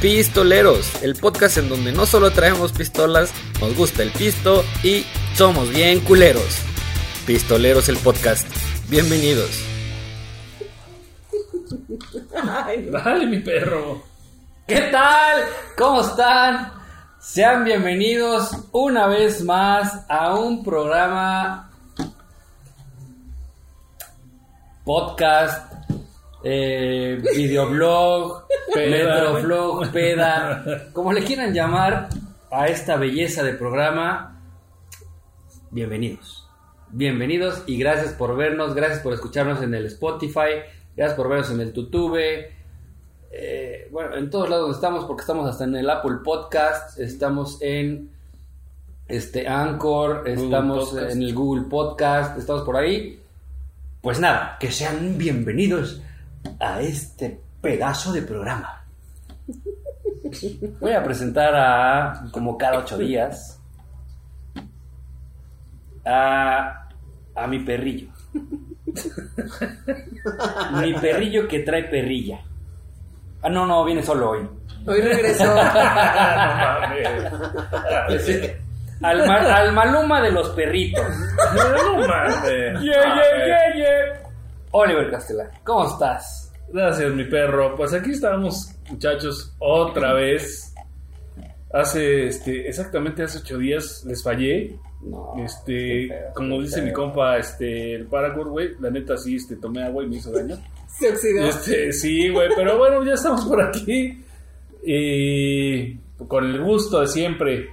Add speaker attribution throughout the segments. Speaker 1: Pistoleros, el podcast en donde no solo traemos pistolas, nos gusta el pisto y somos bien culeros. Pistoleros el podcast, bienvenidos.
Speaker 2: Dale, mi perro.
Speaker 3: ¿Qué tal? ¿Cómo están? Sean bienvenidos una vez más a un programa podcast, eh, videoblog,
Speaker 2: Peda.
Speaker 3: metroflog, peda, como le quieran llamar a esta belleza de programa. Bienvenidos. Bienvenidos y gracias por vernos, gracias por escucharnos en el Spotify, gracias por vernos en el YouTube. Eh, bueno, en todos lados donde estamos, porque estamos hasta en el Apple Podcast, estamos en este Anchor, estamos
Speaker 2: Podcast.
Speaker 3: en el Google Podcast, estamos por ahí. Pues nada, que sean bienvenidos a este pedazo de programa. Voy a presentar a, como cada ocho días, a, a mi perrillo. mi perrillo que trae perrilla. Ah, no, no, viene solo hoy.
Speaker 4: Hoy regresó.
Speaker 2: mames.
Speaker 3: Al, ma- al Maluma de los perritos.
Speaker 2: No mames.
Speaker 3: Yeah, yeah, yeah, yeah. Oliver Castelar, ¿cómo estás?
Speaker 2: Gracias, mi perro. Pues aquí estamos, muchachos, otra vez. Hace, este, exactamente hace ocho días les fallé.
Speaker 3: No,
Speaker 2: Este,
Speaker 3: qué feo,
Speaker 2: como
Speaker 3: qué
Speaker 2: dice
Speaker 3: feo.
Speaker 2: mi compa, este, el Paracord, güey, la neta sí, este, tomé agua y me hizo daño.
Speaker 4: Se oxidó.
Speaker 2: Este, sí, güey, pero bueno, ya estamos por aquí. Y con el gusto de siempre.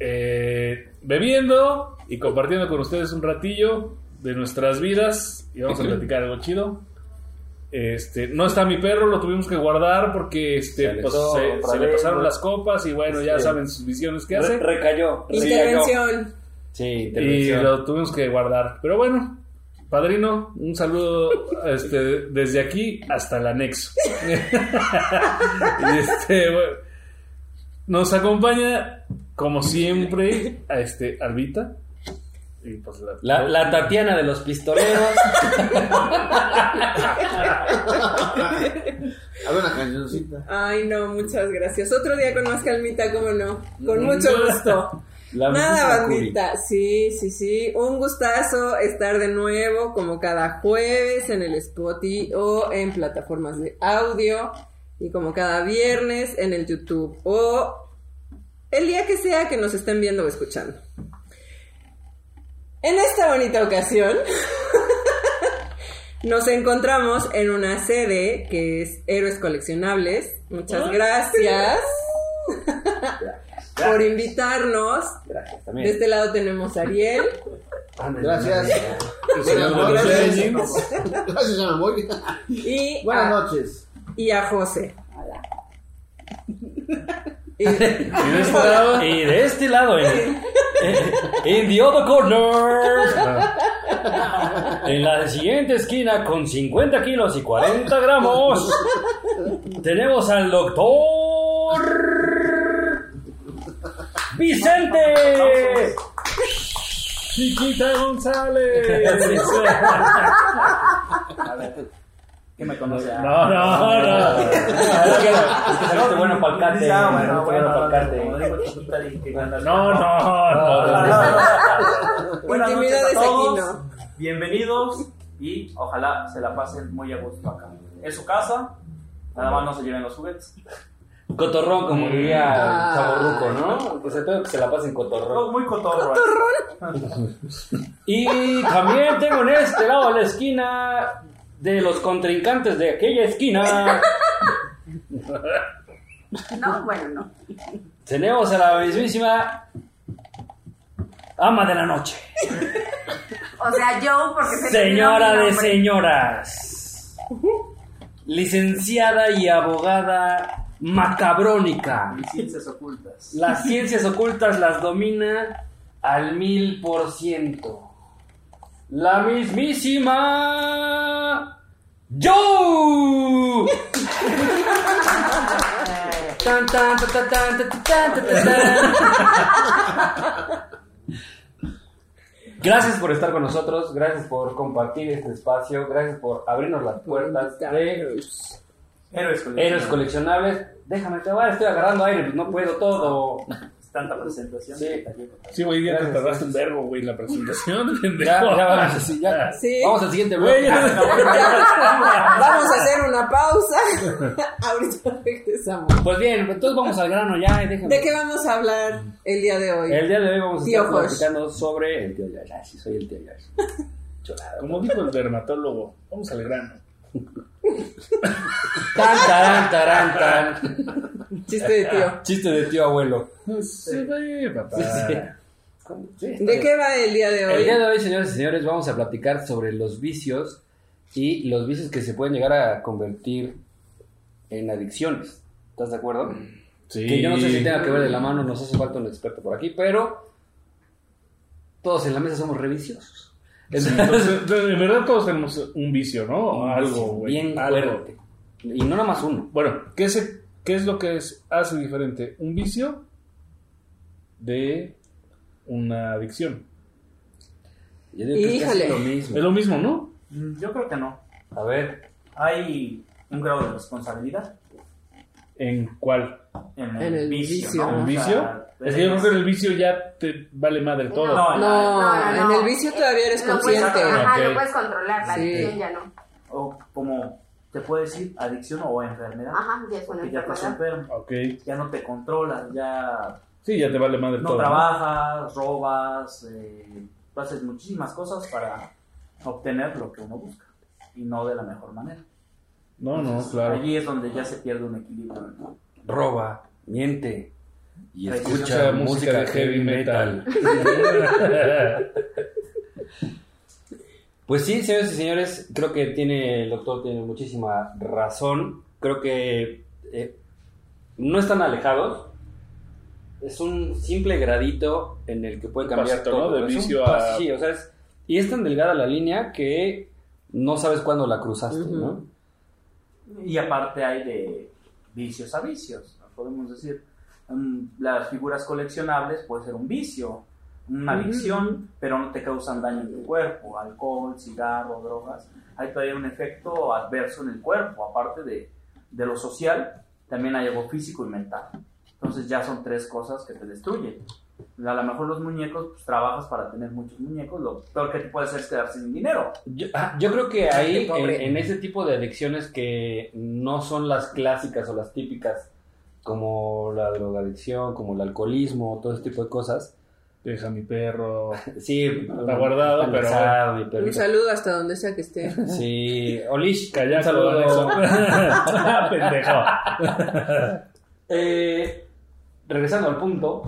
Speaker 2: eh, bebiendo y compartiendo con ustedes un ratillo de nuestras vidas. Y vamos a platicar algo chido. Este, no está mi perro, lo tuvimos que guardar porque este,
Speaker 3: Se le
Speaker 2: pues,
Speaker 3: pasó
Speaker 2: se,
Speaker 3: otra
Speaker 2: se le
Speaker 3: vez,
Speaker 2: pasaron
Speaker 3: ¿no?
Speaker 2: las copas y bueno, ya
Speaker 3: Sí.
Speaker 2: saben sus visiones que
Speaker 3: Re-
Speaker 2: hacen.
Speaker 3: recayó. recayó.
Speaker 4: Intervención.
Speaker 3: Sí,
Speaker 2: Y
Speaker 3: intervención.
Speaker 2: lo tuvimos que guardar. Pero bueno, padrino, un saludo este, desde aquí hasta el anexo. Y, este, bueno, nos acompaña, como siempre, a este Albita. Y, pues, la,
Speaker 3: La, la Tatiana de los pistoleros.
Speaker 5: Haga una cancioncita.
Speaker 4: Ay, no, muchas gracias. Otro día con más calmita, ¿cómo no? Con mucho gusto.
Speaker 3: la
Speaker 4: Nada,
Speaker 3: misma Curi.
Speaker 4: bandita. Sí, sí, sí. Un gustazo estar de nuevo, como cada jueves, en el Spotify o en plataformas de audio. Y como cada viernes, en el YouTube. O el día que sea que nos estén viendo o escuchando. En esta bonita ocasión, nos encontramos en una sede que es Héroes Coleccionables. Muchas gracias por invitarnos.
Speaker 3: Gracias,
Speaker 4: De
Speaker 3: también.
Speaker 4: este lado tenemos a Ariel.
Speaker 5: Gracias.
Speaker 2: el señor de los
Speaker 5: Gracias.
Speaker 2: leggings.
Speaker 5: Gracias, señora Moy.
Speaker 4: Y,
Speaker 6: Ah.
Speaker 5: Buenas
Speaker 4: a,
Speaker 5: noches.
Speaker 4: y a José. Y-
Speaker 2: Y de este lado,
Speaker 3: Y de este lado, en, in the other corner,
Speaker 2: ah,
Speaker 3: en la siguiente esquina con 50 kilos y 40 gramos, tenemos al doctor Vicente.
Speaker 2: Chiquita González.
Speaker 7: que me conoce.
Speaker 2: No, este no, no.
Speaker 3: Saliste bueno palcate.
Speaker 7: Ah, bueno, bueno, como
Speaker 3: palcate.
Speaker 7: digo, tú estás litigando.
Speaker 2: No,
Speaker 3: No,
Speaker 2: no,
Speaker 3: no,
Speaker 2: no.
Speaker 7: Buenas noches
Speaker 4: Intimidades
Speaker 7: a
Speaker 4: aquí,
Speaker 7: todos.
Speaker 4: ¿no?
Speaker 7: Bienvenidos y ojalá se la pasen muy a gusto acá. En su casa, nada más no se lleven los juguetes.
Speaker 3: Cotorrón, como diría
Speaker 4: Ah.
Speaker 3: Chaborruco, ¿no? Pues espero que se la pasen cotorrón.
Speaker 7: Todo muy cotorro. ¿eh?
Speaker 3: Y también tengo en este lado de la esquina de los contrincantes de aquella esquina.
Speaker 6: No, bueno, no.
Speaker 3: Tenemos a la mismísima ama de la noche.
Speaker 6: O sea, yo porque se
Speaker 3: Señora
Speaker 6: terminó mi
Speaker 3: de
Speaker 6: nombre.
Speaker 3: señoras. Licenciada y abogada macabrónica.
Speaker 7: Mis ciencias ocultas.
Speaker 3: Las ciencias ocultas las domina al mil por ciento. La mismísima. ¡Yo! Tan, tan, ta, ta, tan, ta, ta, tan, ta, ta, tan. Gracias por estar con nosotros, gracias por compartir este espacio, gracias por abrirnos las puertas de
Speaker 7: Héroes coleccionables.
Speaker 3: Héroes coleccionables. Déjame acabar, estoy agarrando aire, pues no puedo todo.
Speaker 7: Tanta presentación.
Speaker 3: Sí.
Speaker 2: Sí, güey, ya te tardaste un verbo, güey, en la presentación. pendejo.
Speaker 3: Ya, ya vamos así, ya.
Speaker 4: Sí.
Speaker 3: Vamos al siguiente
Speaker 2: Güey,
Speaker 3: bloque.
Speaker 2: ya se acabó.
Speaker 4: Ah, Vamos a hacer una pausa. Ahorita regresamos.
Speaker 3: Pues bien, entonces vamos al grano ya. y déjame.
Speaker 4: ¿De qué vamos a hablar el día de hoy?
Speaker 3: El día de hoy vamos a
Speaker 4: Tío
Speaker 3: estar
Speaker 4: Josh.
Speaker 3: platicando sobre el tío Yayashi. Soy el tío Yayashi. Chulada.
Speaker 2: Como dijo el dermatólogo, vamos al grano.
Speaker 3: Tan, tarán, tarán, tan.
Speaker 4: Chiste de tío.
Speaker 3: Chiste de tío abuelo.
Speaker 2: Sí, güey, papá. Ah.
Speaker 4: ¿De qué va el día de
Speaker 3: El día
Speaker 4: hoy?
Speaker 3: de hoy, señores y señores, vamos a platicar sobre los vicios y los vicios que se pueden llegar a convertir en adicciones. ¿Estás de acuerdo?
Speaker 2: Sí.
Speaker 3: Que yo no sé si tenga que ver de la mano, nos hace falta un experto por aquí, pero todos en la mesa somos reviciosos.
Speaker 2: Sí, entonces, en verdad todos tenemos un vicio, ¿no? O algo, güey.
Speaker 3: bien
Speaker 2: algo.
Speaker 3: fuerte. Y no nada más uno.
Speaker 2: Bueno, ¿qué, se- qué es lo que es- hace diferente un vicio de una adicción?
Speaker 3: Yo digo que es casi
Speaker 4: Híjole.
Speaker 3: lo mismo.
Speaker 2: Es lo mismo, ¿no?
Speaker 7: Mm, Yo creo que no.
Speaker 3: A ver,
Speaker 7: Hay un grado de responsabilidad
Speaker 2: ¿En cuál?
Speaker 7: en el,
Speaker 4: En el
Speaker 7: vicio.
Speaker 4: vicio.
Speaker 7: ¿no?
Speaker 2: ¿En el
Speaker 7: Ah, O sea,
Speaker 2: vicio? Es que yo creo que en el vicio ya te vale madre todo.
Speaker 7: No,
Speaker 4: No, pues, en el vicio todavía eres
Speaker 6: Lo puedes-
Speaker 4: consciente.
Speaker 6: Ajá,
Speaker 2: Ok.
Speaker 6: lo puedes controlar, la
Speaker 4: Sí.
Speaker 6: adicción ya no.
Speaker 7: O como te puede decir adicción o enfermedad.
Speaker 4: Ah,
Speaker 6: Ajá, ya es una
Speaker 7: que ya estás
Speaker 6: enfermedad.
Speaker 7: enfermo.
Speaker 2: Ok.
Speaker 7: Ya no te controlas, ya
Speaker 2: Sí, ya te vale madre
Speaker 7: no
Speaker 2: todo. ¿no?
Speaker 7: trabajas, robas, eh, haces muchísimas cosas para obtener lo que uno busca y no de la mejor manera.
Speaker 2: No, no,
Speaker 7: Entonces,
Speaker 2: claro.
Speaker 7: Allí es donde ya se pierde un equilibrio. ¿no?
Speaker 3: roba, miente y
Speaker 7: Ay,
Speaker 3: escucha
Speaker 2: escucha música
Speaker 3: música
Speaker 2: de
Speaker 3: heavy
Speaker 2: heavy
Speaker 3: metal.
Speaker 2: metal.
Speaker 3: Pues sí, señores y señores, creo que tiene el doctor tiene muchísima razón. Creo que eh, no están alejados. Es un simple gradito en el que puede
Speaker 2: Un
Speaker 3: cambiar
Speaker 2: pasito,
Speaker 3: todo.
Speaker 2: ¿no? De
Speaker 3: Es un
Speaker 2: vicio a-
Speaker 3: pas- sí, o sea, es- y es tan delgada la línea que no sabes cuándo la cruzaste,
Speaker 4: Ujú.
Speaker 3: ¿no?
Speaker 7: Y aparte hay de vicios a vicios, ¿no? podemos decir. Mm, Las figuras coleccionables puede ser un vicio, una
Speaker 4: Ujú.
Speaker 7: adicción, pero no te causan daño en tu cuerpo. Alcohol, cigarro, drogas. Hay todavía un efecto adverso en el cuerpo, aparte de, de lo social, también hay algo físico y mental. Entonces ya son tres cosas que te destruyen. A lo mejor los muñecos, pues trabajas para tener muchos muñecos, lo peor que te puede hacer es quedar sin dinero.
Speaker 3: Yo, ah, yo creo que ahí, en,
Speaker 4: pobre.
Speaker 3: en ese tipo de adicciones que no son las clásicas o las típicas, como la drogadicción, como el alcoholismo, todo ese tipo de cosas,
Speaker 2: Deja mi perro.
Speaker 3: sí,
Speaker 2: Está guardado, pero-
Speaker 3: cansado y
Speaker 4: Un
Speaker 3: perdido.
Speaker 4: saludo hasta donde sea que esté.
Speaker 3: Sí, Olish, un
Speaker 2: Callaco,
Speaker 3: saludo.
Speaker 2: Daniel. Ah, pendejo.
Speaker 3: Eh, regresando al punto,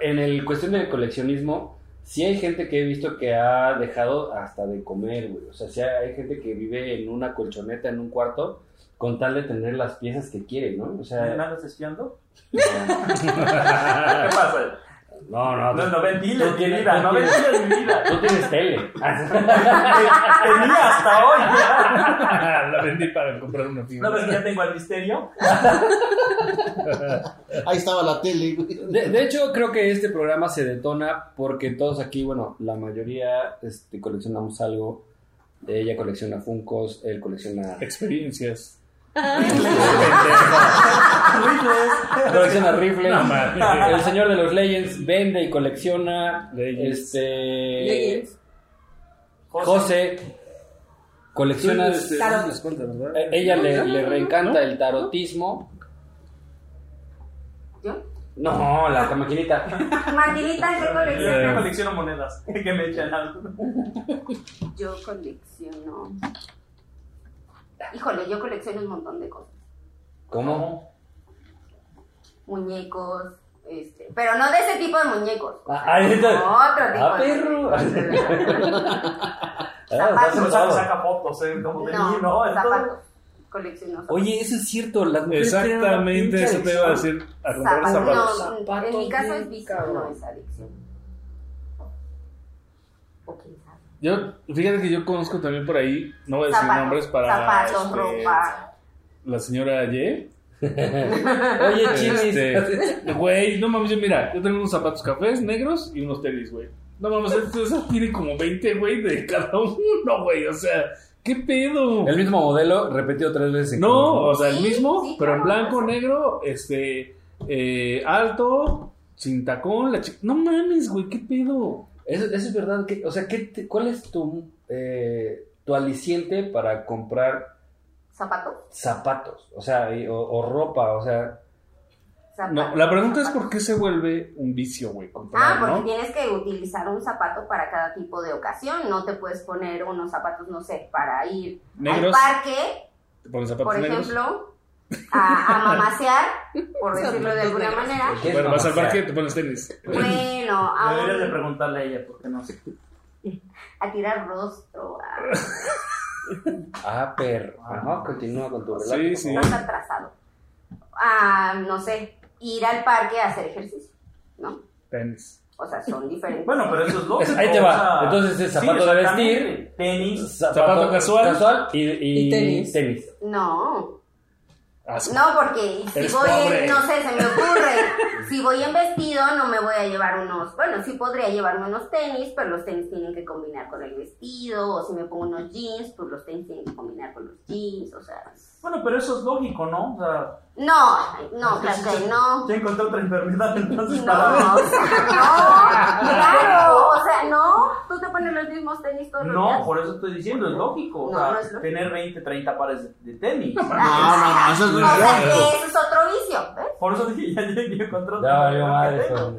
Speaker 3: en el cuestión del coleccionismo, sí hay gente que he visto que ha dejado hasta de comer, güey. O sea, sí hay gente que vive en una colchoneta, en un cuarto, con tal de tener las piezas que quiere, ¿no? O
Speaker 7: ¿Me
Speaker 3: sea,
Speaker 7: andas espiando?
Speaker 3: no,
Speaker 7: ¿Qué pasa?
Speaker 3: no,
Speaker 7: No,
Speaker 3: Ah, pues, no.
Speaker 7: no ventiles
Speaker 3: Tú
Speaker 7: mi
Speaker 3: tienes-
Speaker 7: vida,
Speaker 3: tú
Speaker 7: no
Speaker 3: tienes-
Speaker 7: ventiles mi vida.
Speaker 3: Tú tienes tele.
Speaker 7: Tenía hasta hoy.
Speaker 2: La vendí para comprar una figura.
Speaker 7: ¿No ves que ya tengo al misterio?
Speaker 5: Ahí estaba la tele, güey.
Speaker 3: De, de hecho, creo que este programa se detona porque todos aquí, bueno, la mayoría este, coleccionamos algo. Ella colecciona Funkos, él colecciona
Speaker 2: Experiencias.
Speaker 3: Colecciona rifles.
Speaker 2: No mames.
Speaker 3: el señor de los Legends vende y colecciona.
Speaker 2: Legends.
Speaker 3: Este.
Speaker 4: Legends.
Speaker 3: José. Colecciona.
Speaker 6: Tarot.
Speaker 2: las cuentas, ¿verdad?
Speaker 3: eh, Ella le, le reencanta el tarotismo.
Speaker 6: ¿Yo?
Speaker 3: No, la maquinita.
Speaker 6: Maquinita, ¿qué
Speaker 7: Yo
Speaker 6: coleccionas?
Speaker 7: colecciono monedas que me echan algo.
Speaker 6: Yo colecciono. Híjole, yo colecciono un montón de cosas.
Speaker 3: ¿Cómo?
Speaker 6: Muñecos, este, pero no de ese tipo de muñecos.
Speaker 3: Ah, ah, entonces-
Speaker 6: Otro tipo
Speaker 3: ah,
Speaker 6: de
Speaker 3: perro. Ah.
Speaker 6: Zapatos.
Speaker 7: Pero saca, saca fotos, ¿eh? Como de mí,
Speaker 6: No,
Speaker 7: no, es todo.
Speaker 6: zapatos. Colecciono zapatos.
Speaker 3: Oye, eso es cierto. Las mujeres tienen una
Speaker 2: Exactamente,
Speaker 3: pinche
Speaker 2: eso te iba a
Speaker 3: adicción.
Speaker 2: decir. A comprar zapatos.
Speaker 6: No, en mi caso es vicio, no es adicción. O quién sabe.
Speaker 2: Yo, fíjate que yo conozco también por ahí, no voy a decir
Speaker 6: Zapatos,
Speaker 2: Pues nombres para.
Speaker 6: zapatos,
Speaker 2: este,
Speaker 6: ropa.
Speaker 2: La señora Y.
Speaker 3: Oye, chinis.
Speaker 2: Este, güey, no mames, yo mira, yo tengo unos zapatos cafés negros y unos tenis, güey. No mames, estos- esos tienen como 20, güey, de cada uno, güey. O sea, ¿Qué pedo?
Speaker 3: El mismo modelo repetido tres veces. en
Speaker 2: No,
Speaker 3: color.
Speaker 2: o sea, el
Speaker 6: Sí,
Speaker 2: mismo,
Speaker 6: sí,
Speaker 2: pero en
Speaker 6: claro.
Speaker 2: blanco, negro, este, eh, alto, sin tacón, la chica. No mames, güey, qué pedo.
Speaker 3: Eso, eso es verdad. que- o sea, ¿qué te- ¿cuál es tu, eh, tu aliciente para comprar
Speaker 6: Zapato.
Speaker 3: zapatos? O sea, y- o, o ropa, o sea.
Speaker 6: zapato,
Speaker 2: No, la pregunta es
Speaker 6: zapato.
Speaker 2: por qué se vuelve un vicio, güey,
Speaker 6: Ah,
Speaker 2: comprar,
Speaker 6: porque
Speaker 2: ¿no?
Speaker 6: tienes que utilizar un zapato para cada tipo de ocasión. No te puedes poner unos zapatos, no sé, para ir
Speaker 2: Negros.
Speaker 6: al parque,
Speaker 2: Con zapatos
Speaker 6: por
Speaker 2: negros.
Speaker 6: ejemplo, a, a mamasear, por decirlo de alguna manera.
Speaker 3: ¿qué es
Speaker 2: Bueno, vas al
Speaker 3: mamasear?
Speaker 2: parque y te pones tenis.
Speaker 6: Ah, Bueno, a,
Speaker 7: Deberías de
Speaker 6: un-
Speaker 7: preguntarle a ella, porque no sé.
Speaker 6: a tirar rostro, a
Speaker 3: Ah, perro. Ajá, continúa con tu relato.
Speaker 2: Sí, sí.
Speaker 6: no estar trazado, a, no sé, ir al parque a hacer ejercicio, ¿no?
Speaker 2: Tenis.
Speaker 6: O sea, son diferentes.
Speaker 7: Bueno, pero eso es lógico.
Speaker 3: Ahí te
Speaker 7: o
Speaker 3: va.
Speaker 7: sea,
Speaker 3: Entonces es zapato de
Speaker 7: exactamente.
Speaker 3: vestir.
Speaker 7: Tenis.
Speaker 2: Zapato casual.
Speaker 3: y, y-
Speaker 4: Y tenis.
Speaker 6: No,
Speaker 2: Ah, su-
Speaker 6: no, porque si
Speaker 2: Eres
Speaker 6: voy,
Speaker 2: pobre.
Speaker 6: en, no sé, se me ocurre, si voy en vestido no me voy a llevar unos, bueno, sí podría llevarme unos tenis, pero los tenis tienen que combinar con el vestido, o si me pongo unos jeans, pues los tenis tienen que combinar con los jeans, o sea...
Speaker 7: Bueno, pero eso es lógico, ¿no? O sea,
Speaker 6: No, no, claro que no.
Speaker 7: ya encontré otra enfermedad, entonces
Speaker 6: No,
Speaker 7: para
Speaker 6: o sea, no, claro, o sea, no, tú te pones los mismos tenis todos los
Speaker 7: No,
Speaker 6: días.
Speaker 7: por eso estoy diciendo, es lógico. o
Speaker 6: No,
Speaker 7: sea,
Speaker 6: no es lógico.
Speaker 7: tener 20, 30 pares de, de tenis.
Speaker 5: No, no, no, eso es
Speaker 6: Ah, O sea,
Speaker 5: verdad.
Speaker 6: que eso es otro vicio, ¿ves?
Speaker 7: Por eso dije, ya llegué contra
Speaker 3: Ya valió madre, eso.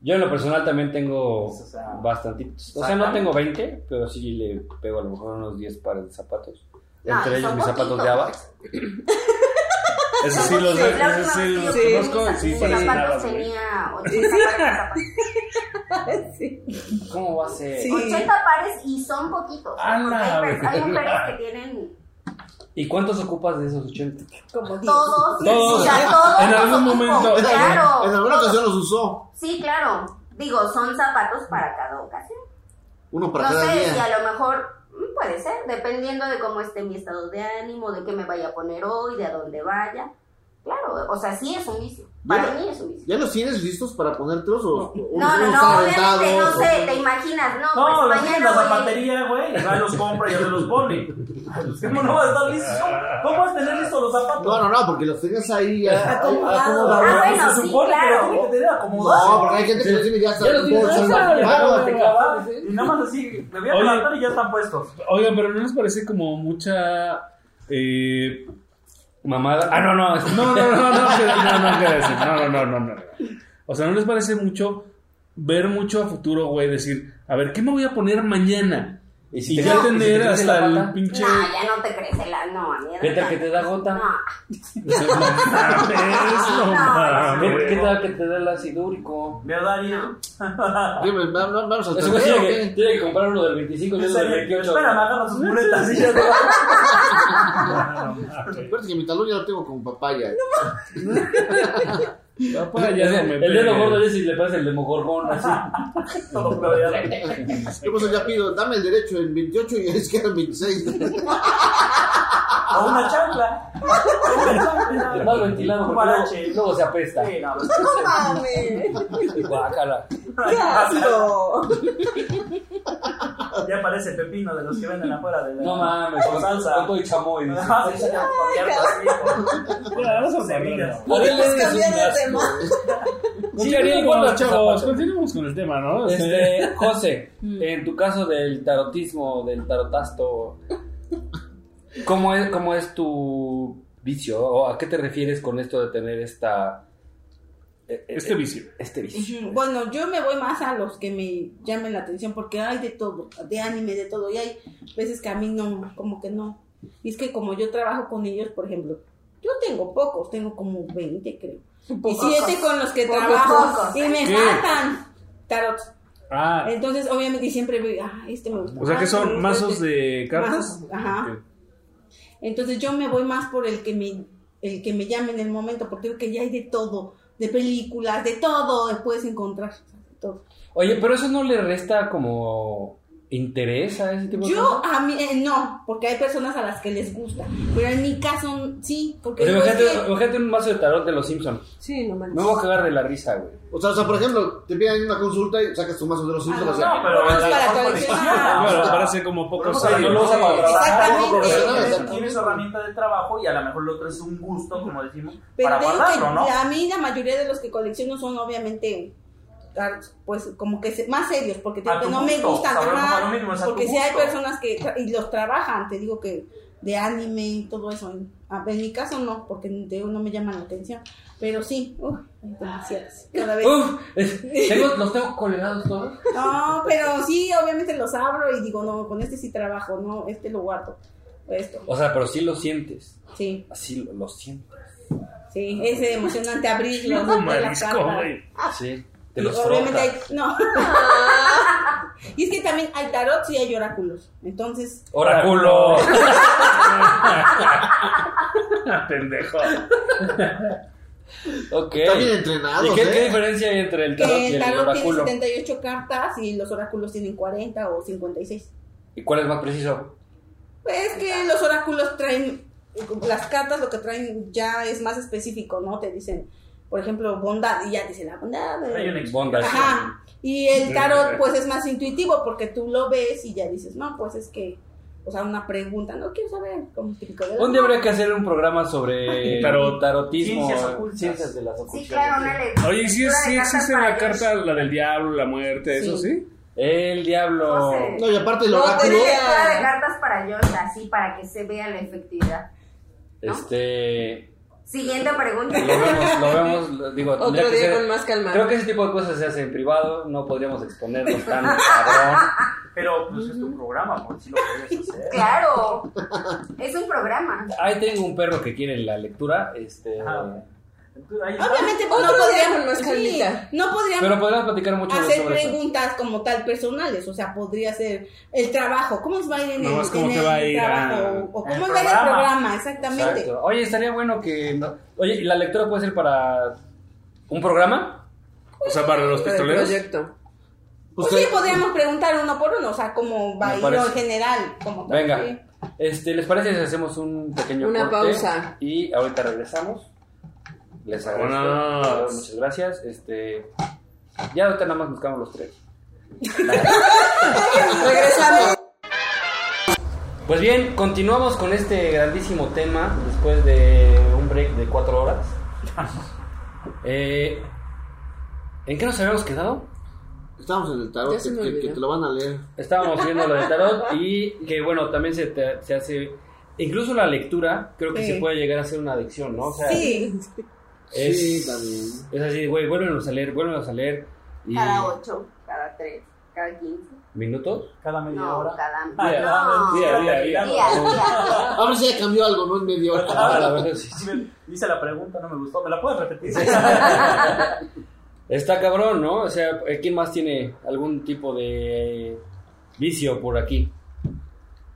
Speaker 3: Yo en lo personal también tengo
Speaker 7: Pues, o sea,
Speaker 3: bastantitos. O sea, no tengo 20, pero sí le pego a lo mejor unos 10 pares de zapatos.
Speaker 6: No,
Speaker 3: Entre
Speaker 6: y
Speaker 3: ellos
Speaker 6: son
Speaker 3: mis zapatos
Speaker 6: poquitos.
Speaker 3: de Ava.
Speaker 2: Eso sí los
Speaker 6: Sí,
Speaker 2: ve-
Speaker 6: la
Speaker 2: esos
Speaker 6: última
Speaker 2: sí
Speaker 6: vez
Speaker 2: los
Speaker 6: que yo
Speaker 4: Sí.
Speaker 2: conozco y sí
Speaker 6: mis
Speaker 2: fascinaba,
Speaker 6: zapatos
Speaker 2: güey.
Speaker 6: tenía 80 pares de zapatos.
Speaker 4: Sí.
Speaker 3: ¿Cómo va a ser?
Speaker 4: Sí.
Speaker 6: 80 pares y son poquitos. ¿eh?
Speaker 2: ¡Ala,
Speaker 6: Porque hay, pers- hay
Speaker 2: güey!
Speaker 6: mujeres que tienen
Speaker 3: ¿Y cuántos ocupas de esos 80?
Speaker 4: Como
Speaker 6: todos,
Speaker 2: Todos.
Speaker 6: o sea, todos
Speaker 2: En
Speaker 6: los
Speaker 2: algún
Speaker 6: ocupo,
Speaker 2: momento.
Speaker 5: En alguna- en
Speaker 6: ¡Oh, Claro,
Speaker 5: alguna ocasión los usó.
Speaker 6: sí, claro. Digo, son zapatos para cada ocasión.
Speaker 5: Uno para
Speaker 6: No
Speaker 5: cada
Speaker 6: sé, y
Speaker 5: día.
Speaker 6: a lo mejor mm, puede ser, dependiendo de cómo esté mi estado de ánimo, de qué me vaya a poner hoy, de a dónde vaya. Claro, o sea, sí es un vicio. Para
Speaker 5: Yo-
Speaker 6: mí es un vicio.
Speaker 5: ¿Ya los tienes listos para ponértelos o o
Speaker 6: No, no,
Speaker 5: unos
Speaker 6: no,
Speaker 5: aventados,
Speaker 6: obviamente, no sé,
Speaker 5: o-
Speaker 6: te imaginas, no,
Speaker 7: No,
Speaker 6: pues
Speaker 7: los tiene la
Speaker 6: mañana voy a ir-
Speaker 7: zapatería, güey. Va, los compra y ya se los pone. ¿Cómo no vas a estar listo? ¿Cómo vas a tener listos los zapatos? Ah,
Speaker 5: No, no, no, porque los tenías ahí ya.
Speaker 6: Ah, bueno,
Speaker 7: se
Speaker 6: sí,
Speaker 7: supone
Speaker 6: claro.
Speaker 7: que lo tiene que tener acomodado.
Speaker 5: No, porque hay gente que los tiene ya hasta
Speaker 3: Ya los
Speaker 5: en
Speaker 3: tienes
Speaker 5: bolsas.
Speaker 3: ahí,
Speaker 5: Ah,
Speaker 3: ya,
Speaker 5: no,
Speaker 7: Ah, Y nada más así, me voy a
Speaker 2: Oye.
Speaker 7: plantar y ya están puestos.
Speaker 2: Oigan, pero ¿no les parece como mucha... Eh,
Speaker 3: Mamada.
Speaker 2: Ah, no, no, es- no, no, no, no, que- no, no, quiero decir, no, no, no, no, no, no. O sea, ¿no les parece mucho ver mucho a futuro, güey? Decir, a ver, ¿qué me voy a poner mañana?
Speaker 3: Y
Speaker 2: Y
Speaker 3: te
Speaker 2: ya
Speaker 3: crece- y si te
Speaker 2: tener
Speaker 3: crece la
Speaker 2: hasta el
Speaker 3: pata,
Speaker 2: pinche...
Speaker 6: No, ya no te crece la. No, a mí
Speaker 3: ¿Qué tal que te da gota?
Speaker 6: No,
Speaker 2: No mames, no
Speaker 6: No,
Speaker 2: mames.
Speaker 3: ¿Qué, qué tal que te da el ácido úrico?
Speaker 7: ¿Verdad, Ian?
Speaker 5: Dime, va- va- vamos a
Speaker 3: Ese güey
Speaker 5: tener,
Speaker 3: tiene
Speaker 5: ¿o
Speaker 3: que,
Speaker 5: qué?
Speaker 3: tiene que comprar uno del 25 y otro del
Speaker 7: Espera,
Speaker 3: 28.
Speaker 7: me agarra sus muletas y ya se va.
Speaker 5: Espérate que mi talón ya lo tengo con papaya.
Speaker 2: Papá, ya no me
Speaker 3: el dedo
Speaker 2: pegues.
Speaker 3: gordo es si le pasa el de mogorgón así.
Speaker 7: No, pero ya no.
Speaker 5: Yo pues ya pido, dame el derecho en 28 y es que era en 26.
Speaker 7: O una chancla. O una chancla.
Speaker 3: El más ventilado,
Speaker 7: Un
Speaker 3: porque
Speaker 7: guarache.
Speaker 3: luego, luego se apesta.
Speaker 7: Sí, no,
Speaker 4: No mames.
Speaker 3: Guácala.
Speaker 4: ¡Qué asco!
Speaker 7: Ya parece pepino de los que venden afuera de la
Speaker 3: No mames,
Speaker 7: con salsa.
Speaker 3: Con todo y chamoy. dice.
Speaker 7: Ah, sí, sí, con cierto, así, con-
Speaker 2: Ya, vamos a
Speaker 7: con semillas.
Speaker 2: hablar,
Speaker 3: Ariel
Speaker 4: Estamos
Speaker 3: es un
Speaker 4: pues, cambiando de
Speaker 3: asco.
Speaker 4: tema.
Speaker 3: Sí,
Speaker 2: Sí, Ariel,
Speaker 3: con
Speaker 2: bueno,
Speaker 3: los
Speaker 2: chavos,
Speaker 3: zapatos.
Speaker 2: continuemos con el tema, ¿no? Este,
Speaker 3: Este, José, en tu caso del tarotismo, del tarotasto, ¿cómo es, cómo es tu vicio? ¿O a qué te refieres con esto de tener esta... eh, eh,
Speaker 2: este vicio.
Speaker 3: este vicio.
Speaker 8: Ujú. Bueno, yo me voy más a los que me llamen la atención porque hay de todo, de anime, de todo. Y hay veces que a mí no, como que no. Y es que como yo trabajo con ellos, por ejemplo, yo tengo pocos, tengo como 20 creo. Y siete con los que
Speaker 6: Pocos,
Speaker 8: trabajo
Speaker 6: pocos.
Speaker 8: y me
Speaker 2: ¿Qué?
Speaker 8: faltan tarot.
Speaker 2: Ah,
Speaker 8: Entonces, obviamente, y siempre veo, ah, este me gusta.
Speaker 2: o sea,
Speaker 8: ah,
Speaker 2: que
Speaker 8: este me
Speaker 2: son
Speaker 8: gusta,
Speaker 2: mazos
Speaker 8: este".
Speaker 2: de cartas.
Speaker 8: Mazos, ajá. Entonces yo me voy más por el que me, el que me llame en el momento, porque digo que ya hay de todo, de películas, de todo, puedes encontrar. o sea, de todo.
Speaker 3: Oye, pero eso no le resta como interesa ese tipo de
Speaker 8: Yo,
Speaker 3: cosas?
Speaker 8: a mí, eh, no, porque hay personas a las que les gusta. Pero en mi caso, sí, porque.
Speaker 3: O sea,
Speaker 8: yo
Speaker 3: imagínate,
Speaker 8: sí-
Speaker 3: imagínate un mazo de tarot de los Simpsons.
Speaker 4: Sí, no manches.
Speaker 3: Me voy a cagar de la risa, güey.
Speaker 5: O sea, o sea, por ejemplo, te piden una consulta y sacas tu mazo
Speaker 6: Ah,
Speaker 5: de los Simpsons.
Speaker 8: no,
Speaker 5: o sea,
Speaker 8: no, pero-
Speaker 7: a lo
Speaker 8: para
Speaker 7: mejor
Speaker 8: coleccionar.
Speaker 7: colecciona.
Speaker 2: Bueno,
Speaker 5: Ah,
Speaker 2: me parece como poco
Speaker 7: Podemos hablar,
Speaker 2: serio.
Speaker 7: no lo usa para trabajar,
Speaker 8: Exactamente.
Speaker 7: no lo usa para
Speaker 5: Exactamente.
Speaker 7: trabajar. Tiene su herramienta de trabajo y a lo mejor lo otro es un gusto, como decimos,
Speaker 8: Pero
Speaker 7: para
Speaker 8: te digo
Speaker 7: guardarlo,
Speaker 8: que
Speaker 7: ¿no?
Speaker 8: la- a mí la mayoría de los que colecciono son obviamente ar- pues como que se- más serios porque te
Speaker 7: A
Speaker 8: digo que
Speaker 7: tu
Speaker 8: no me
Speaker 7: gusto,
Speaker 8: gustan
Speaker 7: sabremos
Speaker 8: ajá,
Speaker 7: a lo mismo, es a tu
Speaker 8: porque si hay
Speaker 7: gusto.
Speaker 8: personas que tra- y los trabajan te digo que de anime y todo eso en, a- en mi caso no porque te digo, no me llaman la atención pero sí uf, hay demasiadas cada vez
Speaker 3: Uf, es- tengo- los tengo colgados todos.
Speaker 8: no pero sí obviamente los abro y digo no con este sí trabajo no este lo guardo o esto
Speaker 3: O sea, pero sí lo sientes.
Speaker 8: sí
Speaker 3: Así lo, lo siento.
Speaker 8: sí es emocionante abrirlos
Speaker 2: Luego
Speaker 8: ver las
Speaker 2: marisco,
Speaker 8: cartas.
Speaker 2: güey.
Speaker 3: Sí. Te
Speaker 8: Ah. Y
Speaker 3: los
Speaker 8: obviamente
Speaker 3: frotas.
Speaker 8: hay, no. y es que también hay tarot y hay oráculos. Entonces,
Speaker 3: ¡Oráculo!
Speaker 2: Pendejo.
Speaker 3: ok.
Speaker 5: Están bien
Speaker 3: ¿Y
Speaker 5: entrenados,
Speaker 3: qué,
Speaker 5: ¿eh?
Speaker 3: qué diferencia hay entre el tarot
Speaker 8: que
Speaker 3: y
Speaker 8: el
Speaker 3: el
Speaker 8: tarot tiene
Speaker 3: oráculo?
Speaker 8: 78 cartas y los oráculos tienen 40 o 56.
Speaker 3: ¿Y cuál es más preciso?
Speaker 8: Pues que los oráculos traen, las cartas lo que traen ya es más específico, ¿no? Te dicen, por ejemplo, bondad y ya dice la bondad. eh,
Speaker 7: Hay un ex-
Speaker 3: Bondage.
Speaker 8: Ajá. Y el tarot, pues es más intuitivo porque tú lo ves y ya dices, no, pues es que, o sea, una pregunta, no quiero saber, como típico de la-
Speaker 3: Un día habría que hacer un programa sobre
Speaker 2: Tarot.
Speaker 3: tarotismo.
Speaker 7: Ciencias ocultas.
Speaker 3: Ciencias de las
Speaker 6: Sí,
Speaker 3: ocultas.
Speaker 6: claro, una le-
Speaker 2: Oye, ¿y si,
Speaker 6: una
Speaker 2: si
Speaker 6: de cartas
Speaker 2: existe la
Speaker 6: para
Speaker 2: carta, la del diablo, la muerte, eso sí?
Speaker 3: El diablo.
Speaker 6: No pues, eh. sé.
Speaker 5: No, y aparte el
Speaker 4: No,
Speaker 5: oráculo.
Speaker 4: tenía-
Speaker 6: Una de cartas para Yoda, así para que se vea la efectividad.
Speaker 3: Este.
Speaker 6: Siguiente pregunta.
Speaker 3: Lo vemos, lo vemos, lo- digo,
Speaker 4: Otro
Speaker 3: tendría que
Speaker 4: día
Speaker 3: ser-
Speaker 4: con más calma.
Speaker 3: Creo que ese tipo de cosas se hace en privado, no podríamos exponernos tan cabrón.
Speaker 7: Pero pues es tu programa, por si lo puedes hacer.
Speaker 6: Claro, es un programa.
Speaker 3: Ahí tengo un perro que quiere la lectura, este.
Speaker 7: Ajá. Entonces, ahí está.
Speaker 8: Obviamente, pues, no
Speaker 4: Otro día
Speaker 8: podríamos,
Speaker 4: con más
Speaker 8: sí,
Speaker 4: calmita.
Speaker 8: no podríamos
Speaker 3: Pero podríamos platicar mucho más
Speaker 8: hacer
Speaker 3: sobre eso.
Speaker 8: preguntas como tal personales, o sea, podría ser el trabajo, cómo os va a ir en
Speaker 2: No,
Speaker 8: el,
Speaker 2: es como
Speaker 8: en
Speaker 2: te
Speaker 8: el
Speaker 2: va a ir
Speaker 8: trabajo
Speaker 2: a-
Speaker 8: o
Speaker 7: en el
Speaker 8: cómo os va a ir el
Speaker 7: programa.
Speaker 8: programa, exactamente.
Speaker 3: Exacto. Oye, estaría bueno que. no- Oye, ¿y la lectura puede ser para un programa?
Speaker 2: O sea, para los
Speaker 4: Para el
Speaker 2: pistoleros.
Speaker 4: proyecto.
Speaker 8: Pues sí, podríamos preguntar uno por uno, o sea, cómo va
Speaker 3: Me
Speaker 8: a ir
Speaker 3: parece.
Speaker 8: en general, como tal, sí.
Speaker 3: Venga. Este, ¿les parece si hacemos un pequeño
Speaker 4: Una
Speaker 3: corte?
Speaker 4: pausa.
Speaker 3: Y ahorita regresamos. Les agradezco.
Speaker 2: Vámonos.
Speaker 3: Muchas gracias. Este. Ya ahorita nada más buscamos los tres.
Speaker 4: Regresamos.
Speaker 3: Pues bien, continuamos con este grandísimo tema después de un break de cuatro horas. Eh, ¿En qué nos habíamos quedado?
Speaker 5: Estábamos en el
Speaker 4: Ya
Speaker 5: tarot,
Speaker 4: se
Speaker 5: que,
Speaker 4: me
Speaker 5: que-
Speaker 4: olvidó.
Speaker 5: que te lo van a leer.
Speaker 3: Estábamos viendo lo de tarot y que bueno, también se, te- se hace... Incluso la lectura creo que
Speaker 8: Sí.
Speaker 3: se puede llegar a ser una adicción, ¿no? O sea,
Speaker 8: Sí,
Speaker 3: es,
Speaker 5: Sí, también.
Speaker 3: es así, güey, vuélvenos a leer, vuélvenos a leer. Y
Speaker 6: Cada 8, cada 3, cada 15.
Speaker 3: ¿Minutos?
Speaker 7: Cada media
Speaker 6: No,
Speaker 7: hora.
Speaker 6: cada.
Speaker 2: Día,
Speaker 6: no.
Speaker 2: Ah, día, día, día.
Speaker 6: Día, día.
Speaker 5: A ver si ya cambió algo, ¿no? En media hora.
Speaker 3: Ah, la verdad, sí, sí.
Speaker 7: Sí, me- Hice la pregunta, no me gustó. ¿Me la puedes repetir?
Speaker 3: Está cabrón, ¿no? O sea, ¿quién más tiene algún tipo de vicio por aquí?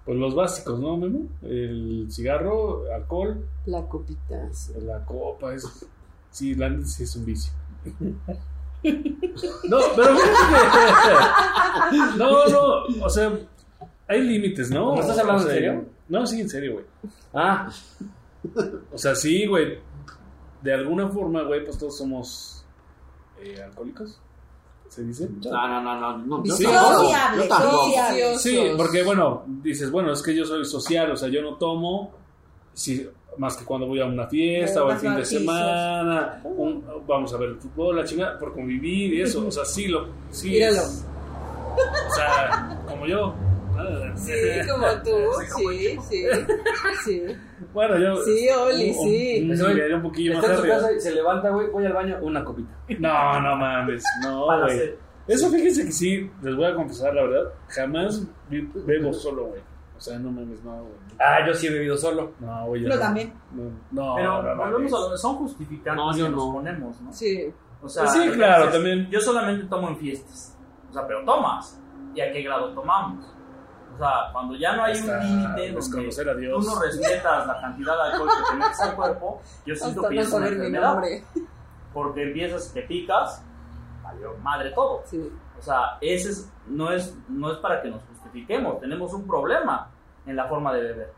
Speaker 2: Pues los básicos, ¿no, Memo? El cigarro, alcohol,
Speaker 4: La copita. sí.
Speaker 2: la copa, es... Sí, la neta sí es un vicio.
Speaker 3: No, pero
Speaker 2: No, no, o sea, hay límites, ¿no?
Speaker 3: ¿No estás hablando
Speaker 2: O sea,
Speaker 3: en serio?
Speaker 2: No, sí, en serio, güey.
Speaker 3: Ah,
Speaker 2: O sea, sí, güey. De alguna forma, güey, pues todos somos eh, alcohólicos. ¿Se dice?
Speaker 5: No, no, no, no. no yo
Speaker 2: Sí.
Speaker 5: tampoco,
Speaker 8: Sociable,
Speaker 5: yo tampoco.
Speaker 8: sociable.
Speaker 2: Sí, porque bueno, dices, bueno, es que yo soy social, o sea, yo no tomo si, más que cuando voy a una fiesta
Speaker 8: Pero
Speaker 2: o el
Speaker 8: vas
Speaker 2: fin
Speaker 8: a
Speaker 2: de
Speaker 8: pisos.
Speaker 2: semana, un- vamos a ver el fútbol, la chingada, por convivir y eso, o sea, sí, lo, sí
Speaker 4: Míralo.
Speaker 2: es- o sea, como yo. Ah,
Speaker 4: Sí, como tú, sí, sí, sí.
Speaker 2: Bueno, yo...
Speaker 4: Sí, Oli,
Speaker 2: un- un-
Speaker 4: sí.
Speaker 2: Un, nivel un poquillo más
Speaker 3: está en su
Speaker 2: arriba.
Speaker 3: casa y se levanta, güey, voy al baño, una copita.
Speaker 2: No, no mames, no,
Speaker 7: Para
Speaker 2: güey.
Speaker 7: hacer-
Speaker 2: Eso fíjense que sí, les voy a confesar la verdad, jamás vi- bebo solo, güey. O sea, no mames, no, güey.
Speaker 3: Ah, yo sí he bebido solo.
Speaker 2: No, güey. yo
Speaker 8: Yo
Speaker 2: no.
Speaker 8: también.
Speaker 2: No, no,
Speaker 7: Pero
Speaker 2: no
Speaker 7: volvemos
Speaker 2: mames.
Speaker 7: a donde son justificantes
Speaker 5: No, yo
Speaker 7: que nos
Speaker 5: no.
Speaker 7: ponemos, ¿no?
Speaker 4: Sí,
Speaker 7: O sea,
Speaker 2: Sí, claro,
Speaker 7: entonces,
Speaker 2: también.
Speaker 7: Yo solamente tomo en fiestas. O sea, pero tomas. ¿Y a qué grado tomamos? O sea, cuando ya no hay
Speaker 2: Hasta
Speaker 7: un límite
Speaker 2: desconocer
Speaker 7: donde
Speaker 2: a Dios.
Speaker 7: tú no respetas la cantidad de alcohol que te metes al cuerpo, yo siento
Speaker 4: hasta
Speaker 7: que ya
Speaker 4: no
Speaker 7: es una
Speaker 4: saber mi
Speaker 7: enfermedad.
Speaker 4: nombre.
Speaker 7: Porque empiezas, te picas, valió madre todo.
Speaker 4: Sí.
Speaker 7: O sea, ese es- no, es, no es para que nos justifiquemos. Tenemos un problema en la forma de beber.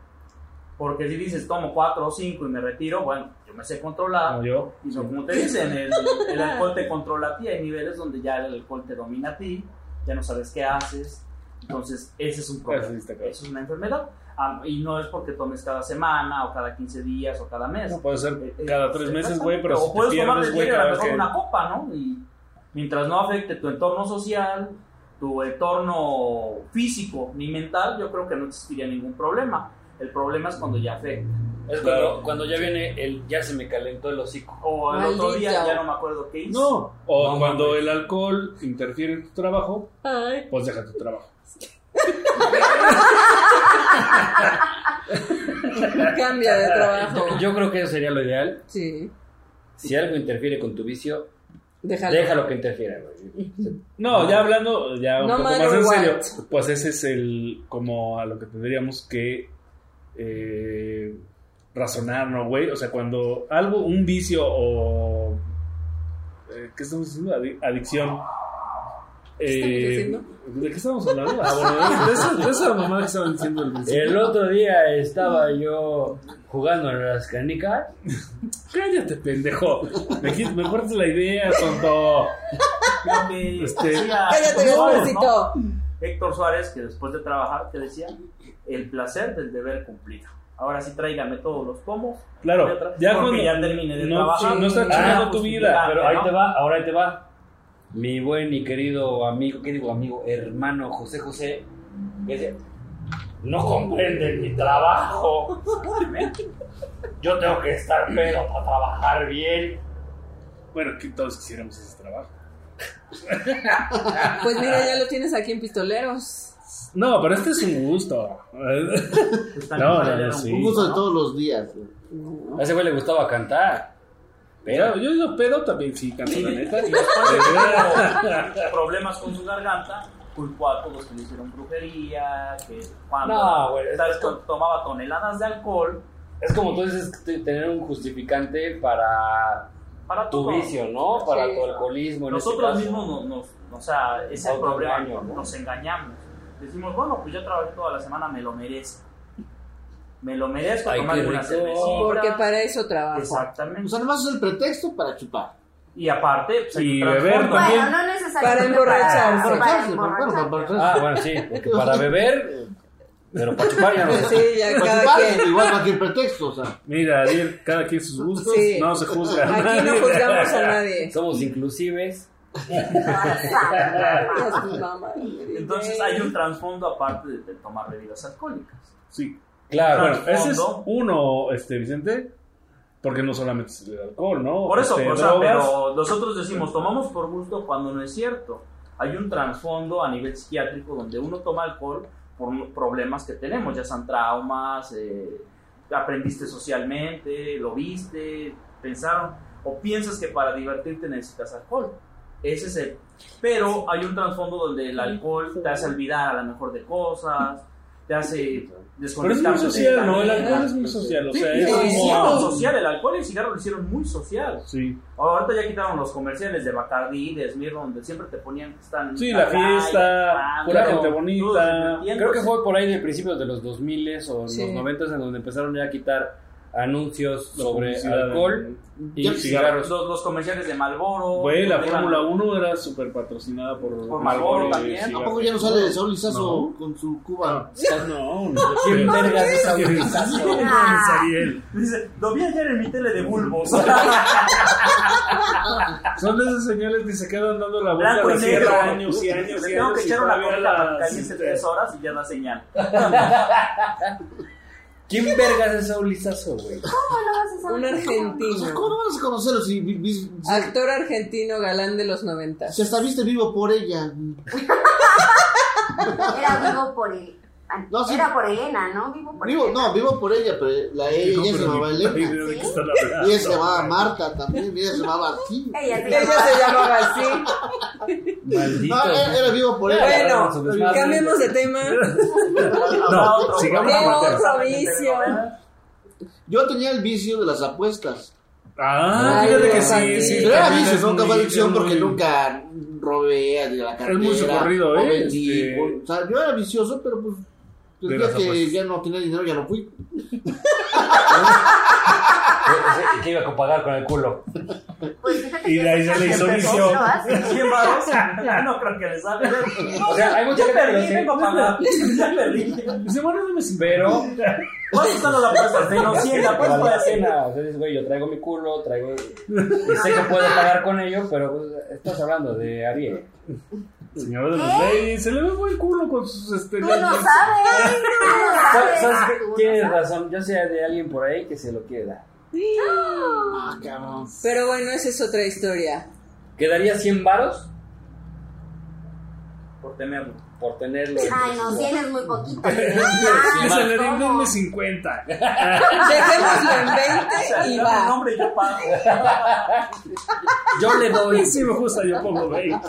Speaker 7: Porque si dices, tomo cuatro o cinco y me retiro, bueno, yo me sé controlar.
Speaker 2: Como yo.
Speaker 7: Y no, como te dicen, el, el alcohol te controla a ti. Hay niveles donde ya el alcohol te domina a ti, ya no sabes qué haces. Entonces, ese es un problema.
Speaker 2: Eso sí está claro.
Speaker 7: Eso es una enfermedad. Ah, y no es porque tomes cada semana, o cada 15 días, o cada mes.
Speaker 2: No puede ser
Speaker 7: Eh, eh,
Speaker 2: cada tres
Speaker 7: se
Speaker 2: meses,
Speaker 7: pasa.
Speaker 2: güey, pero
Speaker 7: O
Speaker 2: si te
Speaker 7: puedes tomarte
Speaker 2: pierdes, güey,
Speaker 7: diario, a
Speaker 2: cada
Speaker 7: lo
Speaker 2: vez
Speaker 7: mejor
Speaker 2: que...
Speaker 7: una copa, ¿no? Y mientras no afecte tu entorno social, tu entorno físico ni mental, yo creo que no existiría ningún problema. El problema es cuando ya afecta.
Speaker 3: Es cuando, cuando ya viene el ya se me calentó el hocico.
Speaker 7: O el otro día
Speaker 4: Maldito.
Speaker 7: ya no me acuerdo qué hice.
Speaker 2: No, o
Speaker 3: No,
Speaker 2: cuando
Speaker 3: mames.
Speaker 2: el alcohol interfiere en tu trabajo,
Speaker 4: Ay,
Speaker 2: pues deja tu trabajo.
Speaker 4: cambia de trabajo.
Speaker 3: Yo creo que eso sería lo ideal.
Speaker 4: Sí,
Speaker 3: Si algo interfiere con tu vicio,
Speaker 4: déjalo.
Speaker 3: déjalo que interfiera, güey.
Speaker 2: No, ya hablando, ya un
Speaker 4: No
Speaker 2: poco
Speaker 4: matter
Speaker 2: más en
Speaker 4: what.
Speaker 2: serio, pues ese es el, como a lo que tendríamos que eh, razonar, ¿no, güey? O sea, cuando algo, un vicio o, eh, ¿qué estamos diciendo? Adi- adicción. Eh,
Speaker 4: ¿Qué estamos
Speaker 2: ¿De qué estamos hablando? Ah, bueno, de eso, de eso la mamá que estaban diciendo al principio.
Speaker 4: Eh,
Speaker 3: El otro día estaba yo jugando a las canicas.
Speaker 2: Cállate, pendejo. Me, quit- me cortas la idea, tonto.
Speaker 7: Creo que
Speaker 2: Este-
Speaker 8: Ah,
Speaker 7: decía
Speaker 4: Cállate,
Speaker 7: Héctor Suárez,
Speaker 4: pobrecito.
Speaker 7: ¿no? Héctor Suárez, que después de trabajar, que decía, el placer del deber cumplido. Ahora sí tráigame todos los pomos.
Speaker 2: Claro, ya
Speaker 7: porque
Speaker 2: cuando-
Speaker 7: ya terminé de
Speaker 2: no,
Speaker 7: trabajar. Ah,
Speaker 2: sí, no estás
Speaker 7: Nada
Speaker 2: chingando tu vida,
Speaker 7: justificante,
Speaker 3: Pero ahí
Speaker 7: ¿no?
Speaker 3: te va, ahora ahí te va. Mi buen y querido amigo, ¿qué digo amigo? Hermano José José, que dice, no comprenden mi trabajo. Yo tengo que estar pedo para trabajar bien.
Speaker 2: Bueno, que todos quisiéramos ese trabajo.
Speaker 4: Pues mira, ya lo tienes aquí en Pistoleros.
Speaker 2: No, pero este es un gusto.
Speaker 7: Pues también
Speaker 2: No,
Speaker 7: para
Speaker 2: no,
Speaker 7: él
Speaker 2: no,
Speaker 7: era un
Speaker 2: sí.
Speaker 5: Un
Speaker 7: gusto,
Speaker 5: gusto de
Speaker 7: ¿no?
Speaker 5: todos los días. güey.
Speaker 3: A ese güey le gustaba cantar.
Speaker 2: Pero yo digo pedo también, sí, canto la neta.
Speaker 7: Tuvo problemas con su garganta, culpó a todos que le hicieron brujería, que cuando
Speaker 3: No, güey,
Speaker 7: ¿sabes?
Speaker 3: es como-
Speaker 7: tomaba toneladas de alcohol
Speaker 3: Es como tú dices, t- tener un justificante para
Speaker 7: para
Speaker 3: tu
Speaker 7: todo.
Speaker 3: vicio, ¿no? Para
Speaker 4: Sí.
Speaker 3: tu alcoholismo. en este
Speaker 7: Nosotros
Speaker 3: caso.
Speaker 7: mismos nos, nos- o sea, ese
Speaker 3: Nos
Speaker 7: problema
Speaker 3: engaño, ¿no?
Speaker 7: nos engañamos. Decimos, bueno, pues yo trabajé toda la semana, me lo merezco. Me lo merezco,
Speaker 3: Ay,
Speaker 7: tomar
Speaker 3: qué
Speaker 7: una
Speaker 3: rico.
Speaker 7: cervecita.
Speaker 4: Porque para eso trabajo.
Speaker 5: O
Speaker 7: Exactamente.
Speaker 5: sea, nomás es el pretexto para chupar.
Speaker 7: Y aparte, pues, hay
Speaker 2: Y
Speaker 7: un
Speaker 2: beber
Speaker 7: trastorno.
Speaker 2: también.
Speaker 6: Bueno, no necesariamente
Speaker 4: Para
Speaker 6: Para,
Speaker 4: emborracharse.
Speaker 6: para
Speaker 5: Emborracharse, para- para- para-
Speaker 6: emborracharse.
Speaker 5: para-
Speaker 3: Ah, bueno, sí, porque para beber, pero para chupar ya no sé.
Speaker 4: Sí, ya
Speaker 5: para
Speaker 4: cada
Speaker 5: chupar,
Speaker 4: quien.
Speaker 5: Pues Igual cualquier pretexto, o sea.
Speaker 2: Mira, Ariel, cada quien sus gustos,
Speaker 4: Sí.
Speaker 2: no se juzga. a
Speaker 4: Aquí no
Speaker 2: nadie.
Speaker 4: juzgamos a nadie.
Speaker 3: Somos inclusives.
Speaker 4: A su mamá.
Speaker 7: Entonces hay un trasfondo aparte de, de tomar bebidas alcohólicas.
Speaker 2: Sí. Ah,
Speaker 3: Claro.
Speaker 2: Bueno, ese es
Speaker 7: Fondo.
Speaker 2: uno, este, Vicente, porque no solamente es el alcohol, ¿no?
Speaker 7: Por eso,
Speaker 2: Este,
Speaker 7: o sea,
Speaker 2: drogas.
Speaker 7: pero nosotros decimos, tomamos por gusto cuando no es cierto. Hay un trasfondo a nivel psiquiátrico donde uno toma alcohol por problemas que tenemos, ya sean traumas, eh, aprendiste socialmente, lo viste, pensaron, o piensas que para divertirte necesitas alcohol. Ese es el... Pero hay un trasfondo donde el alcohol te hace olvidar a lo mejor de cosas, te hace
Speaker 2: Pero es muy
Speaker 7: desconectarte de la
Speaker 2: social, ¿no? El
Speaker 7: vida.
Speaker 2: alcohol es muy social, o sea,
Speaker 7: Lo
Speaker 2: es
Speaker 7: hicieron
Speaker 2: como...
Speaker 7: social, el alcohol y el cigarro lo hicieron muy social.
Speaker 2: Sí,
Speaker 7: Oh, Ahorita ya quitaron los comerciales de Bacardi, de Smirnoff, donde siempre te ponían que están.
Speaker 2: sí la fiesta,
Speaker 7: por
Speaker 2: pura gente bonita.
Speaker 3: Creo
Speaker 7: pues.
Speaker 3: que fue por ahí de principios de los 2000 o
Speaker 4: Sí.
Speaker 3: los 90 en donde empezaron ya a quitar anuncios
Speaker 2: La
Speaker 3: sobre
Speaker 2: publicidad.
Speaker 3: alcohol y
Speaker 5: Ya,
Speaker 3: cigarros.
Speaker 7: los, los comerciales de Malboro.
Speaker 2: Güey, la Fórmula 1 era súper patrocinada por,
Speaker 7: Por Marlboro
Speaker 2: y
Speaker 7: también.
Speaker 2: cigarros.
Speaker 5: ¿A poco ya no sale Saúl Lizazo
Speaker 2: No.
Speaker 5: con su cuba?
Speaker 2: No, no.
Speaker 3: ¿Quién
Speaker 2: no.
Speaker 3: vergas es
Speaker 2: Sí,
Speaker 3: autorizazo?
Speaker 2: no, es Ariel.
Speaker 7: Dice, lo vi ayer en mi tele de bulbos.
Speaker 2: Son de esas señales que se quedan dando la vuelta
Speaker 7: Blanco y
Speaker 2: a
Speaker 7: negro.
Speaker 2: años y años
Speaker 7: Le
Speaker 2: y
Speaker 7: tengo
Speaker 2: años
Speaker 7: que
Speaker 2: y
Speaker 7: echar una
Speaker 2: todavía
Speaker 7: corta
Speaker 2: las-
Speaker 7: para caliente tres horas y ya da señal.
Speaker 3: ¿Quién vergas es autorizazo, güey?
Speaker 4: Un
Speaker 5: O sea,
Speaker 4: argentino.
Speaker 5: ¿cómo no vas a conocerlo si vi- vi- si-
Speaker 3: Ah.
Speaker 4: Actor argentino galán de los 90.
Speaker 5: si hasta viste vivo por ella?
Speaker 6: Era vivo por el. ah,
Speaker 5: No, sí.
Speaker 6: Era por Elena, ¿no? Vivo por
Speaker 5: Vivo,
Speaker 6: Elena.
Speaker 5: no, vivo por ella, pero la
Speaker 2: Digo,
Speaker 5: ella, ella se
Speaker 2: pero
Speaker 5: llamaba
Speaker 2: ni puta
Speaker 5: Elena.
Speaker 2: idea de qué
Speaker 6: Sí.
Speaker 2: están
Speaker 5: Y ella se
Speaker 2: hablando,
Speaker 5: llamaba
Speaker 2: güey.
Speaker 5: Marta también, y ella se llamaba así.
Speaker 6: Ella se
Speaker 4: Ella
Speaker 6: llamaba-
Speaker 4: se llamaba así.
Speaker 3: Maldito.
Speaker 5: No, Ah, era, era vivo por ella.
Speaker 4: Bueno, cambiemos de tema.
Speaker 7: Habrá otro
Speaker 2: sigamos
Speaker 7: programa.
Speaker 2: con el
Speaker 4: tema. Provicio.
Speaker 5: Yo tenía el vicio de las apuestas.
Speaker 2: Ah,
Speaker 4: Ay,
Speaker 2: fíjate que
Speaker 4: Dios
Speaker 2: sí,
Speaker 4: santísimo.
Speaker 2: sí.
Speaker 5: Pero era
Speaker 2: también
Speaker 5: vicio,
Speaker 2: es
Speaker 5: nunca
Speaker 2: muy-
Speaker 5: fue adicción
Speaker 2: es muy-
Speaker 5: porque nunca robé de la cartera.
Speaker 2: muy socorrido,
Speaker 5: o
Speaker 2: ¿eh?
Speaker 5: vendí,
Speaker 2: Este-
Speaker 5: o- o sea, yo era vicioso, pero pues. El
Speaker 2: De
Speaker 5: día
Speaker 2: las
Speaker 5: que
Speaker 2: apuestas.
Speaker 5: ya no tenía dinero, ya no fui.
Speaker 3: Y que iba a pagar con el culo.
Speaker 6: Pues fíjate
Speaker 2: Y
Speaker 6: que
Speaker 2: de ahí
Speaker 6: esa
Speaker 2: ya le hizo
Speaker 6: gente
Speaker 2: vicio.
Speaker 6: no lo hace.
Speaker 7: 100 varos. No creo que le salga. No,
Speaker 3: O sea, hay mucha
Speaker 7: ya
Speaker 3: gente que lo
Speaker 7: perdí,
Speaker 3: hace.
Speaker 7: vengo a pagar. Ya perdí.
Speaker 2: Dice, bueno, no me sirve.
Speaker 3: Pero.
Speaker 7: ¿Cuánto está la apuesta? De 100, la
Speaker 3: para
Speaker 7: apuesta
Speaker 3: la
Speaker 7: para 100.
Speaker 3: cena. O sea, dices, güey, yo traigo mi culo, traigo. Y sé que puedo pagar con ello, pero pues, estás hablando de Ariel.
Speaker 2: Señor de los Reyes, se le ve muy culo con sus este,
Speaker 6: Tú no
Speaker 2: lentes.
Speaker 6: sabes. Tú no
Speaker 3: ¿Sabes,
Speaker 6: sabes.
Speaker 3: sabes
Speaker 6: Tú
Speaker 3: qué?
Speaker 6: no
Speaker 3: Tienes
Speaker 6: sabes.
Speaker 3: razón. Yo sé de alguien por ahí que se lo queda.
Speaker 5: Ah, cabrón.
Speaker 4: Pero bueno, esa es otra historia.
Speaker 3: ¿Quedaría 100 varos
Speaker 7: Por tenerlo.
Speaker 3: por tenerlo? en
Speaker 6: Ay, no,
Speaker 3: su-
Speaker 6: tienes muy poquito.
Speaker 2: Que
Speaker 6: Ay,
Speaker 2: se le den
Speaker 6: ¿cómo?
Speaker 2: denme 50.
Speaker 4: Dejémoslo
Speaker 7: O sea,
Speaker 4: en 20 y
Speaker 7: dame el
Speaker 4: va.
Speaker 7: nombre y yo pago.
Speaker 3: Yo le doy.
Speaker 2: Si me gusta, yo pongo 20.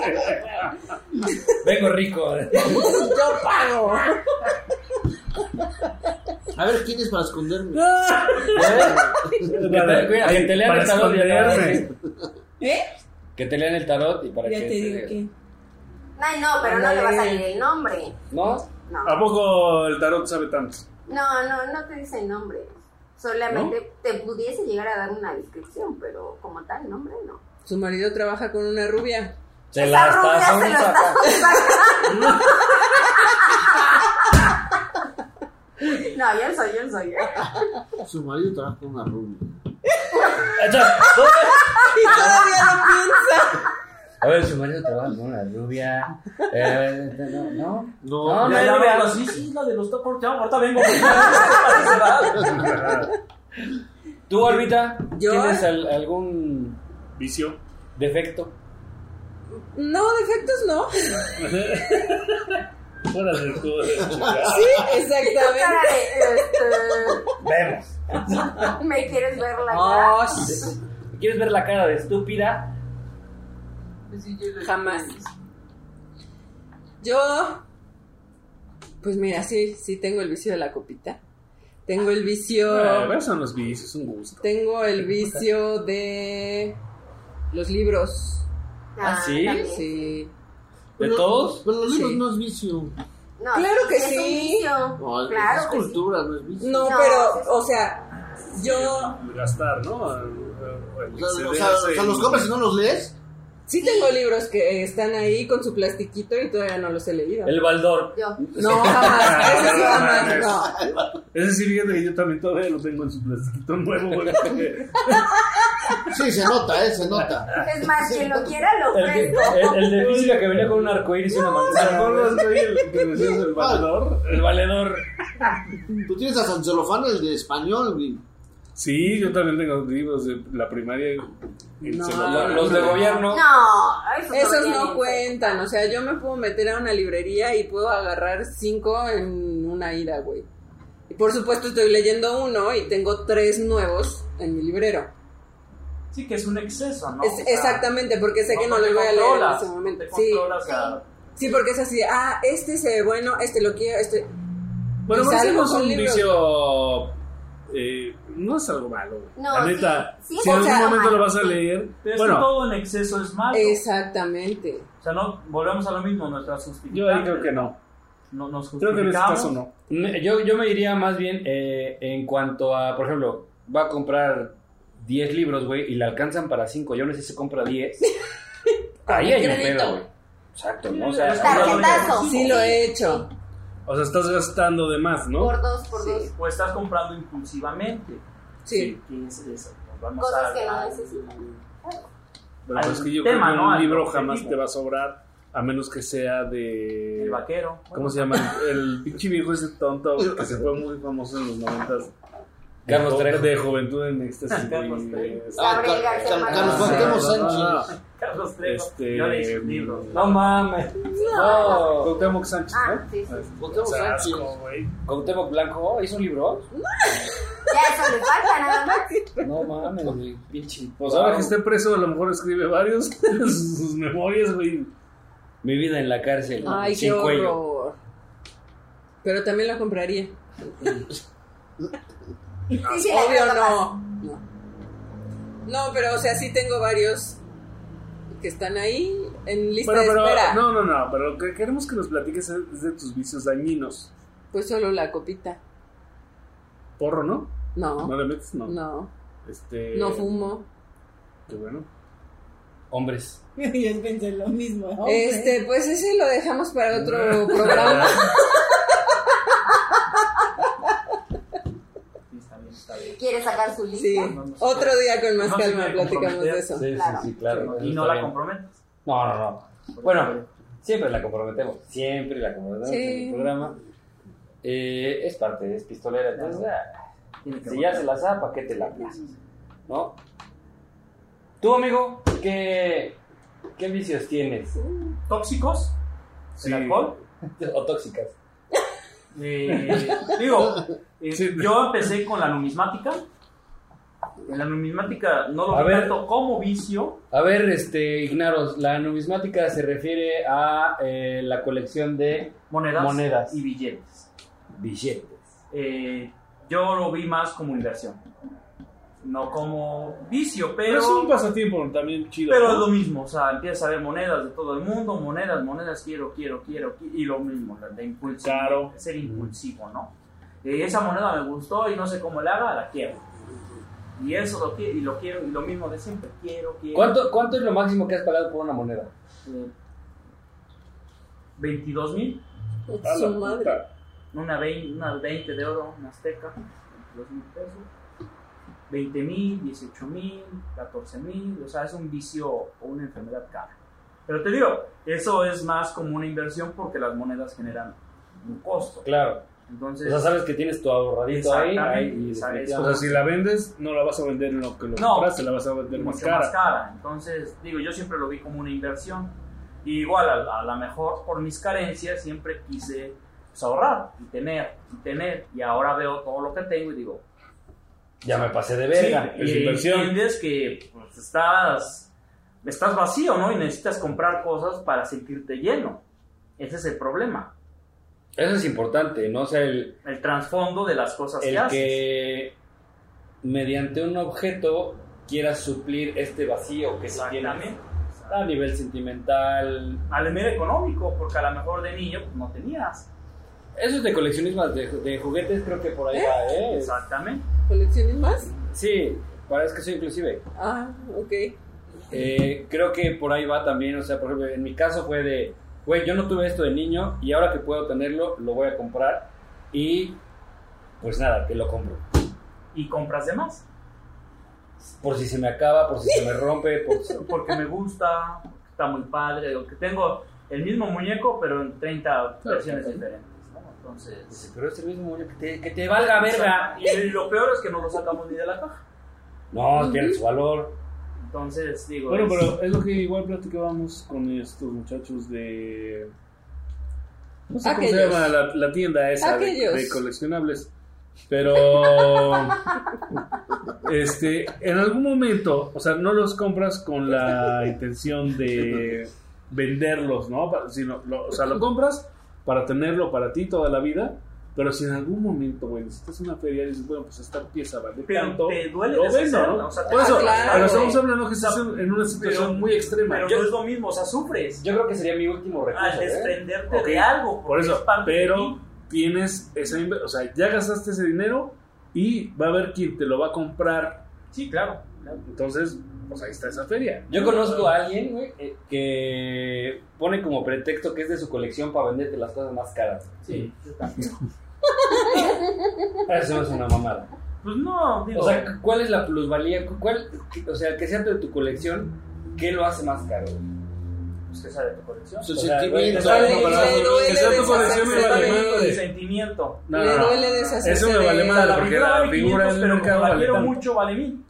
Speaker 3: Vengo rico.
Speaker 4: Yo pago.
Speaker 5: A ver, ¿quién es para esconderme?
Speaker 3: te- que
Speaker 2: Ay,
Speaker 3: te lean
Speaker 2: para
Speaker 3: el talón de la
Speaker 2: esconderme.
Speaker 8: ¿Eh?
Speaker 3: Que te lean el tarot y para
Speaker 8: Ya
Speaker 3: que.
Speaker 8: te digo que.
Speaker 6: Ay, no, pero no le va a salir el nombre.
Speaker 3: ¿No?
Speaker 6: No.
Speaker 2: ¿A poco el tarot sabe tanto?
Speaker 6: No, no, no te dice el nombre. Solamente te pudiese llegar a dar una descripción, pero como tal, nombre no.
Speaker 4: Su marido trabaja con una rubia.
Speaker 3: Se
Speaker 6: Esa
Speaker 3: la
Speaker 6: rubia
Speaker 3: estás
Speaker 6: se lo está
Speaker 3: sacando.
Speaker 6: No, yo soy, yo soy.
Speaker 5: Su marido trabaja con una rubia.
Speaker 4: Y todavía lo piensa.
Speaker 3: A ver, su marido trabaja con una rubia. Eh, no, no. No,
Speaker 5: No,
Speaker 3: no
Speaker 7: Ya
Speaker 3: es
Speaker 7: la
Speaker 3: rubia.
Speaker 7: veo, Sí, sí, la de los tacos. Ya, ahorita vengo. Así se va.
Speaker 3: ¿Tú, Orbita?
Speaker 4: Yo- eh.
Speaker 3: ¿Tienes al- algún
Speaker 2: Vicio.
Speaker 3: defecto?
Speaker 4: No, defectos no. Sí,
Speaker 2: Fuera de todo. chingada.
Speaker 6: Cara
Speaker 4: exactamente.
Speaker 6: de,
Speaker 3: Vemos.
Speaker 6: este, ¿Me quieres ver la cara?
Speaker 4: Oh, sh-
Speaker 3: ¿Quieres ver la cara de estúpida?
Speaker 4: jamás. Yo, pues mira, sí, sí tengo el vicio de la copita. Tengo el
Speaker 2: Ah,
Speaker 4: vicio.
Speaker 2: pero Eso no es vicio, es un gusto.
Speaker 4: Tengo el vicio de los libros.
Speaker 3: ¿Ah, sí?
Speaker 6: también.
Speaker 4: Sí.
Speaker 3: ¿De
Speaker 5: Pero-
Speaker 3: todos?
Speaker 5: Pero los libros
Speaker 4: Sí.
Speaker 5: no es vicio.
Speaker 6: No,
Speaker 4: Claro que
Speaker 6: es un
Speaker 4: sí.
Speaker 6: vicio.
Speaker 5: No, es
Speaker 6: claro que sí.
Speaker 5: cultura, no es vicio.
Speaker 4: No,
Speaker 6: No, sí, sí.
Speaker 4: pero, o sea, yo
Speaker 2: Gastar, ¿no? El
Speaker 5: O sea, o
Speaker 2: excederse
Speaker 5: sea, o sea, los
Speaker 2: en-
Speaker 5: compras y no los lees.
Speaker 4: sí tengo libros que están ahí con su plastiquito y todavía no los he leído.
Speaker 3: El baldor.
Speaker 6: Yo.
Speaker 4: No, jamás. Eso sí,
Speaker 2: No
Speaker 4: jamás.
Speaker 2: mames.
Speaker 4: No.
Speaker 2: Ese sí, fíjate que yo también todavía lo tengo en su plastiquito nuevo, güey. porque-
Speaker 5: Sí, se nota, eh, se nota.
Speaker 6: Es más, quien lo quiera lo
Speaker 3: Ah, El, que-
Speaker 6: ofrezco.
Speaker 3: el- el de física que venía con un arcoíris y una manzana.
Speaker 2: ¿Recuerdas, güey, el que decías el valor?
Speaker 3: El valedor.
Speaker 5: Tú tienes a San Celofán, el de español, güey.
Speaker 2: Sí, yo también tengo libros de la primaria. y el
Speaker 4: No.
Speaker 2: celular.
Speaker 3: Los de gobierno.
Speaker 6: No, esos,
Speaker 4: Esos
Speaker 6: tienen.
Speaker 4: no cuentan, o sea, yo me puedo meter a una librería y puedo agarrar cinco en una ida, güey. Y por supuesto estoy leyendo uno y tengo tres nuevos en mi librero.
Speaker 7: Sí, que es un exceso, ¿no?
Speaker 4: Es-
Speaker 7: O sea,
Speaker 4: exactamente, porque sé que no
Speaker 7: te
Speaker 4: los voy a leer en
Speaker 7: controlas,
Speaker 4: ese momento.
Speaker 7: te
Speaker 4: Sí,
Speaker 7: controlas a-
Speaker 4: sí, porque es así, ah, este es eh, bueno, este lo quiero, este...
Speaker 2: Bueno,
Speaker 4: Y
Speaker 2: pero ese
Speaker 4: salgo
Speaker 2: no es
Speaker 4: con
Speaker 2: un
Speaker 4: libros.
Speaker 2: vicio. eh, no es algo malo, güey.
Speaker 6: No,
Speaker 2: la
Speaker 6: sí,
Speaker 2: neta,
Speaker 6: sí,
Speaker 2: si
Speaker 6: o
Speaker 2: en algún
Speaker 6: sea,
Speaker 2: momento lo
Speaker 6: malo,
Speaker 2: vas a
Speaker 6: sí.
Speaker 2: leer.
Speaker 7: Pero es que
Speaker 2: Bueno,
Speaker 7: todo en exceso es malo.
Speaker 4: Exactamente.
Speaker 7: O sea, no, volvemos a lo mismo, nuestras
Speaker 2: yo ahí
Speaker 7: justificaciones.
Speaker 2: creo que no.
Speaker 7: no, nos
Speaker 2: Creo que en este
Speaker 7: justificamos.
Speaker 2: caso no.
Speaker 3: Me- Yo, yo me iría más bien eh, en cuanto a, por ejemplo, va a comprar 10 libros, güey, y le alcanzan para 5. Yo no sé si se compra 10. Ahí hay un
Speaker 4: Crédito.
Speaker 3: pedo, güey. Exacto, ¿no? O sea,
Speaker 6: Tarjetazo.
Speaker 4: Sí lo he hecho.
Speaker 2: O sea, estás gastando de más, ¿no?
Speaker 6: Por dos, por
Speaker 4: Sí.
Speaker 6: dos.
Speaker 7: O estás comprando impulsivamente.
Speaker 4: Sí.
Speaker 7: ¿Qué es eso? Nos Vamos
Speaker 6: Cosas
Speaker 7: a-
Speaker 6: que no
Speaker 7: a-
Speaker 6: necesitan.
Speaker 2: Pero pues
Speaker 7: Al
Speaker 2: es que yo
Speaker 7: tema,
Speaker 2: creo que
Speaker 7: ¿no?
Speaker 2: un
Speaker 7: Al
Speaker 2: libro
Speaker 7: objetivo.
Speaker 2: jamás te va a sobrar, a menos que sea de...
Speaker 7: El vaquero.
Speaker 2: ¿Cómo se llama? El pinche viejo ese tonto que se fue muy famoso en los noventas.
Speaker 3: Carlos
Speaker 2: De-
Speaker 3: Trejo.
Speaker 2: De Juventud en Éxtasis.
Speaker 7: Carlos
Speaker 2: y-
Speaker 7: Trejo.
Speaker 5: Ah, Car-
Speaker 6: Gabriel García
Speaker 5: Car-
Speaker 6: Márquez.
Speaker 5: Carlos Cuauhtémoc
Speaker 2: No, no, no, no.
Speaker 5: Sánchez.
Speaker 7: Carlos Trejo.
Speaker 2: Este,
Speaker 7: Yo leí sus libros.
Speaker 3: No mames.
Speaker 2: No, Cuauhtémoc Sánchez,
Speaker 6: Ah,
Speaker 2: ¿no?
Speaker 6: sí, sí.
Speaker 5: Cuauhtémoc
Speaker 2: O sea,
Speaker 5: Sánchez.
Speaker 2: asco, güey.
Speaker 3: Cuauhtémoc Blanco hizo un libro.
Speaker 6: Ya eso le falta nada más.
Speaker 3: No mames, güey. Pinche.
Speaker 2: Pues ahora
Speaker 3: Wow.
Speaker 2: que esté preso, a lo mejor escribe varios sus sus memorias, güey.
Speaker 3: Mi vida en la cárcel.
Speaker 4: Ay,
Speaker 3: sin
Speaker 4: qué
Speaker 3: cuello.
Speaker 4: horror. Pero también lo compraría.
Speaker 6: Sí, sí, la
Speaker 4: Obvio
Speaker 6: creo capaz.
Speaker 4: no. no. No, pero o sea, sí tengo varios que están ahí en lista
Speaker 2: Bueno,
Speaker 4: de
Speaker 2: pero,
Speaker 4: espera.
Speaker 2: no, no, no, pero lo que queremos que nos platiques es de tus vicios dañinos.
Speaker 4: Pues solo la copita.
Speaker 2: Porro, ¿no?
Speaker 4: No,
Speaker 2: ¿No le metes? No.
Speaker 4: no,
Speaker 2: Este,
Speaker 4: no fumo.
Speaker 2: Qué bueno.
Speaker 3: Hombres.
Speaker 8: Yo pensé lo mismo. hombre.
Speaker 4: Este, pues ese lo dejamos para otro programa.
Speaker 7: Sí, está bien, está bien.
Speaker 6: ¿Quiere sacar su lista?
Speaker 4: Sí, otro día con más
Speaker 7: No se
Speaker 4: calma
Speaker 7: puede
Speaker 4: platicamos de
Speaker 7: comprometer.
Speaker 4: eso.
Speaker 3: Sí,
Speaker 6: Claro.
Speaker 3: sí, sí, claro.
Speaker 7: Y
Speaker 3: Eso
Speaker 7: no
Speaker 3: está
Speaker 7: la
Speaker 3: bien.
Speaker 7: comprometes.
Speaker 3: No, no, no. Bueno, siempre la comprometemos. Siempre la comprometemos
Speaker 4: Sí.
Speaker 3: en el programa. Eh, es parte, es pistolera. Entonces, ah,
Speaker 7: Tiene que
Speaker 3: si ya se
Speaker 7: volver.
Speaker 3: la sabe, ¿para qué te la aplazas? ¿No? Tú, amigo, ¿qué, qué vicios tienes?
Speaker 7: ¿Tóxicos?
Speaker 2: Sí.
Speaker 7: ¿El alcohol?
Speaker 3: ¿O tóxicas?
Speaker 7: Eh, digo, eh, yo empecé con la numismática. En la numismática no lo
Speaker 3: A
Speaker 7: vi
Speaker 3: ver.
Speaker 7: tanto como vicio.
Speaker 3: A ver, este, ignaros, la numismática se refiere a eh, la colección de
Speaker 7: Monedas,
Speaker 3: Monedas.
Speaker 7: y billetes.
Speaker 3: billetes.
Speaker 7: Eh, yo lo vi más como inversión. No como vicio,
Speaker 2: Pero
Speaker 7: pero,
Speaker 2: es un pasatiempo también chido.
Speaker 7: pero
Speaker 2: ¿no?
Speaker 7: es lo mismo. O sea, empieza a ver monedas de todo el mundo, monedas, monedas, quiero, quiero, quiero. qui- Y lo mismo, la de impulsivo,
Speaker 2: Claro.
Speaker 7: ser impulsivo, ¿no? Eh, esa moneda me gustó y no sé cómo la haga, la quiero. Y eso lo quiero, y lo quiero, y lo mismo de siempre, quiero, quiero.
Speaker 3: ¿Cuánto, ¿Cuánto es lo máximo que has pagado por una moneda?
Speaker 7: 22 mil,
Speaker 2: A
Speaker 4: Su
Speaker 2: la
Speaker 4: madre.
Speaker 2: puta.
Speaker 7: una 20, una 20 de oro, una azteca, 22 mil pesos, 20 mil, 18 mil, 14 mil, o sea, es un vicio o una enfermedad cara. Pero te digo, eso es más como una inversión porque las monedas generan un costo.
Speaker 3: Claro.
Speaker 7: Entonces,
Speaker 3: O sea, sabes que tienes tu ahorradito ahí, ahí y
Speaker 7: Exactamente.
Speaker 2: O sea, si la vendes, no la vas a vender en lo que lo
Speaker 7: No.
Speaker 2: compraste, la vas a vender más
Speaker 7: mucho
Speaker 2: cara.
Speaker 7: más cara. Entonces, digo, yo siempre lo vi como una inversión. Y igual, a, a lo mejor por mis carencias, siempre quise pues, ahorrar y tener, y tener. Y ahora veo todo lo que tengo y digo,
Speaker 3: ya me pasé de verga.
Speaker 2: es
Speaker 7: y
Speaker 2: inversión.
Speaker 7: entiendes que pues, estás, estás vacío, ¿no? Y necesitas comprar cosas para sentirte lleno. Ese es el problema.
Speaker 3: Eso es importante, ¿no? O sea, el,
Speaker 7: El trasfondo de las cosas que
Speaker 3: el
Speaker 7: Pues haces.
Speaker 3: que mediante un objeto quieras suplir este vacío que se tiene
Speaker 7: Exactamente.
Speaker 3: a nivel sentimental.
Speaker 7: Al nivel económico, porque a lo mejor de niño pues, no tenías.
Speaker 3: Eso es de coleccionismo de, de juguetes, creo que por ahí va, ¿eh?
Speaker 7: Exactamente.
Speaker 4: ¿Colecciones más?
Speaker 3: Sí, parece que soy inclusive.
Speaker 4: Ah, ok.
Speaker 3: Eh, creo que por ahí va también, o sea, por ejemplo, en mi caso fue de, güey, yo no tuve esto de niño y ahora que puedo tenerlo, lo voy a comprar y pues nada, que lo compro.
Speaker 7: Y compras de más.
Speaker 3: Por si se me acaba, por si se me rompe, por si-
Speaker 7: porque me gusta, porque está muy padre, o que tengo el mismo muñeco pero en 30 versiones diferentes, ¿no? Entonces,
Speaker 3: Dice, Pero es el mismo muñeco, que te, que te valga verga.
Speaker 7: y lo peor es que no lo sacamos ni de la caja.
Speaker 3: No, tiene su valor.
Speaker 7: Entonces, digo,
Speaker 2: Bueno,
Speaker 7: es-
Speaker 2: pero es lo que igual platicábamos con estos muchachos de. No sé cómo se
Speaker 4: Aquellos.
Speaker 2: llama la, la tienda esa de,
Speaker 4: Aquellos.
Speaker 2: de coleccionables. Pero. este, en algún momento, o sea, no los compras con la intención de venderlos, ¿no? Pa- Sino, lo- o sea, lo compras para tenerlo para ti toda la vida. Pero si en algún momento, güey, necesitas una feria y dices, bueno, pues esta pieza vale
Speaker 7: pero
Speaker 2: tanto.
Speaker 7: te duele
Speaker 2: Lo
Speaker 7: deshacerla,
Speaker 2: vendo, ¿no?
Speaker 7: o sea, te-
Speaker 2: Por eso,
Speaker 4: Ah, claro,
Speaker 2: pero
Speaker 4: güey.
Speaker 2: estamos hablando que estás en, en una situación
Speaker 7: Pero-
Speaker 2: muy extrema.
Speaker 7: pero
Speaker 2: Yo-
Speaker 7: no es lo mismo, o sea, sufres
Speaker 3: Yo creo que sería mi último
Speaker 7: al
Speaker 6: pues,
Speaker 3: recurso.
Speaker 7: este.
Speaker 3: ¿eh?
Speaker 7: desprenderte
Speaker 2: Ok,
Speaker 7: de algo,
Speaker 2: por
Speaker 7: porque es
Speaker 2: eso,
Speaker 7: parte de
Speaker 2: pero
Speaker 7: ti.
Speaker 2: tienes esa inve- o sea, ya gastaste ese dinero y va a haber quien te lo va a comprar.
Speaker 7: Sí, claro. claro.
Speaker 2: Entonces, pues ahí está esa feria.
Speaker 3: Yo conozco a alguien, güey, eh, que pone como pretexto que es de su colección para venderte las cosas más caras.
Speaker 7: Sí, yo también.
Speaker 3: Ah, Eso es una mamada.
Speaker 7: Pues no, digo,
Speaker 3: O sea, cu- ¿cuál es la plusvalía? Cu- ¿Cuál, o sea, que sea de tu colección, ¿qué lo hace más caro?
Speaker 7: pues que sea de tu colección.
Speaker 3: Su
Speaker 5: O sea, güey,
Speaker 3: sentimiento.
Speaker 5: está
Speaker 4: Le- le duele
Speaker 2: que sea tu
Speaker 4: deshacerse
Speaker 2: colección, me vale
Speaker 4: de-
Speaker 2: madre.
Speaker 7: El sentimiento.
Speaker 2: No,
Speaker 4: Le
Speaker 2: no, no.
Speaker 4: duele deshacerse
Speaker 2: Eso me vale
Speaker 4: de-
Speaker 2: madre,
Speaker 7: la
Speaker 2: porque
Speaker 7: figura
Speaker 2: la
Speaker 7: vale
Speaker 2: figura
Speaker 7: 500, pero
Speaker 2: nunca
Speaker 7: como la
Speaker 2: vale
Speaker 7: quiero
Speaker 2: tanto.
Speaker 7: mucho, Mm. vale mil.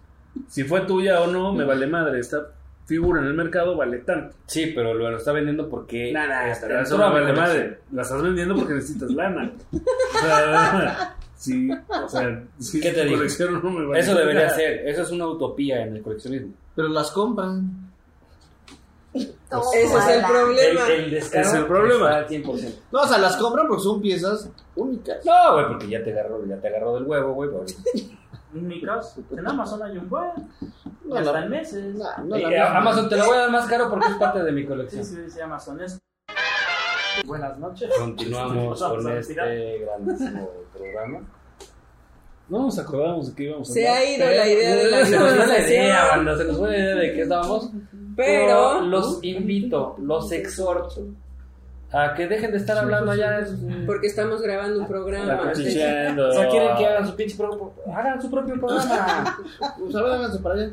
Speaker 2: Si fue tuya o no, me vale madre. Esta figura en el mercado vale tanto.
Speaker 3: Sí, pero lo, lo está vendiendo porque...
Speaker 2: Esta,
Speaker 3: este,
Speaker 2: eso
Speaker 3: entró
Speaker 2: me
Speaker 3: a mi
Speaker 2: vale
Speaker 3: colección.
Speaker 2: madre. La estás vendiendo porque necesitas lana. O sea, sí, o sea, si
Speaker 3: ¿Qué te
Speaker 2: tu
Speaker 3: digo?
Speaker 2: colección no me vale
Speaker 3: Eso debería
Speaker 2: nada.
Speaker 3: ser, eso es una utopía en el coleccionismo.
Speaker 5: Pero las compran.
Speaker 6: Toma
Speaker 4: Ese es el
Speaker 6: la-
Speaker 3: El,
Speaker 4: problema.
Speaker 3: el descaro
Speaker 2: Es el problema.
Speaker 3: está al 100%.
Speaker 5: No, o sea, las compran porque son piezas únicas.
Speaker 3: No, güey, porque ya te agarró, ya te agarró del huevo, güey. pero-
Speaker 7: En mi caso, en Amazon hay un buen.
Speaker 5: No,
Speaker 7: hasta
Speaker 5: la-
Speaker 7: en meses.
Speaker 5: No, no,
Speaker 3: Y,
Speaker 5: la
Speaker 3: eh,
Speaker 5: misma.
Speaker 3: Amazon te lo voy a dar más caro porque es parte de mi
Speaker 7: Sí,
Speaker 3: colección.
Speaker 7: sí, sí, Amazon es. Buenas noches.
Speaker 3: Continuamos
Speaker 7: Vamos
Speaker 3: con
Speaker 7: a tirar.
Speaker 3: este grandísimo programa.
Speaker 2: No nos acordamos de qué íbamos a
Speaker 4: Se ha
Speaker 2: hablar.
Speaker 4: ido la idea de la
Speaker 3: Se nos fue la idea,
Speaker 4: conversación,
Speaker 3: banda, se nos fue la idea de que estábamos. Pero
Speaker 4: pero
Speaker 3: los invito, los exhorto a que dejen de estar hablando allá. en-
Speaker 4: porque estamos grabando un programa.
Speaker 3: O sea, quieren que hagan su pinche pro- hagan su propio programa.
Speaker 5: Pues ahora háganse para allá.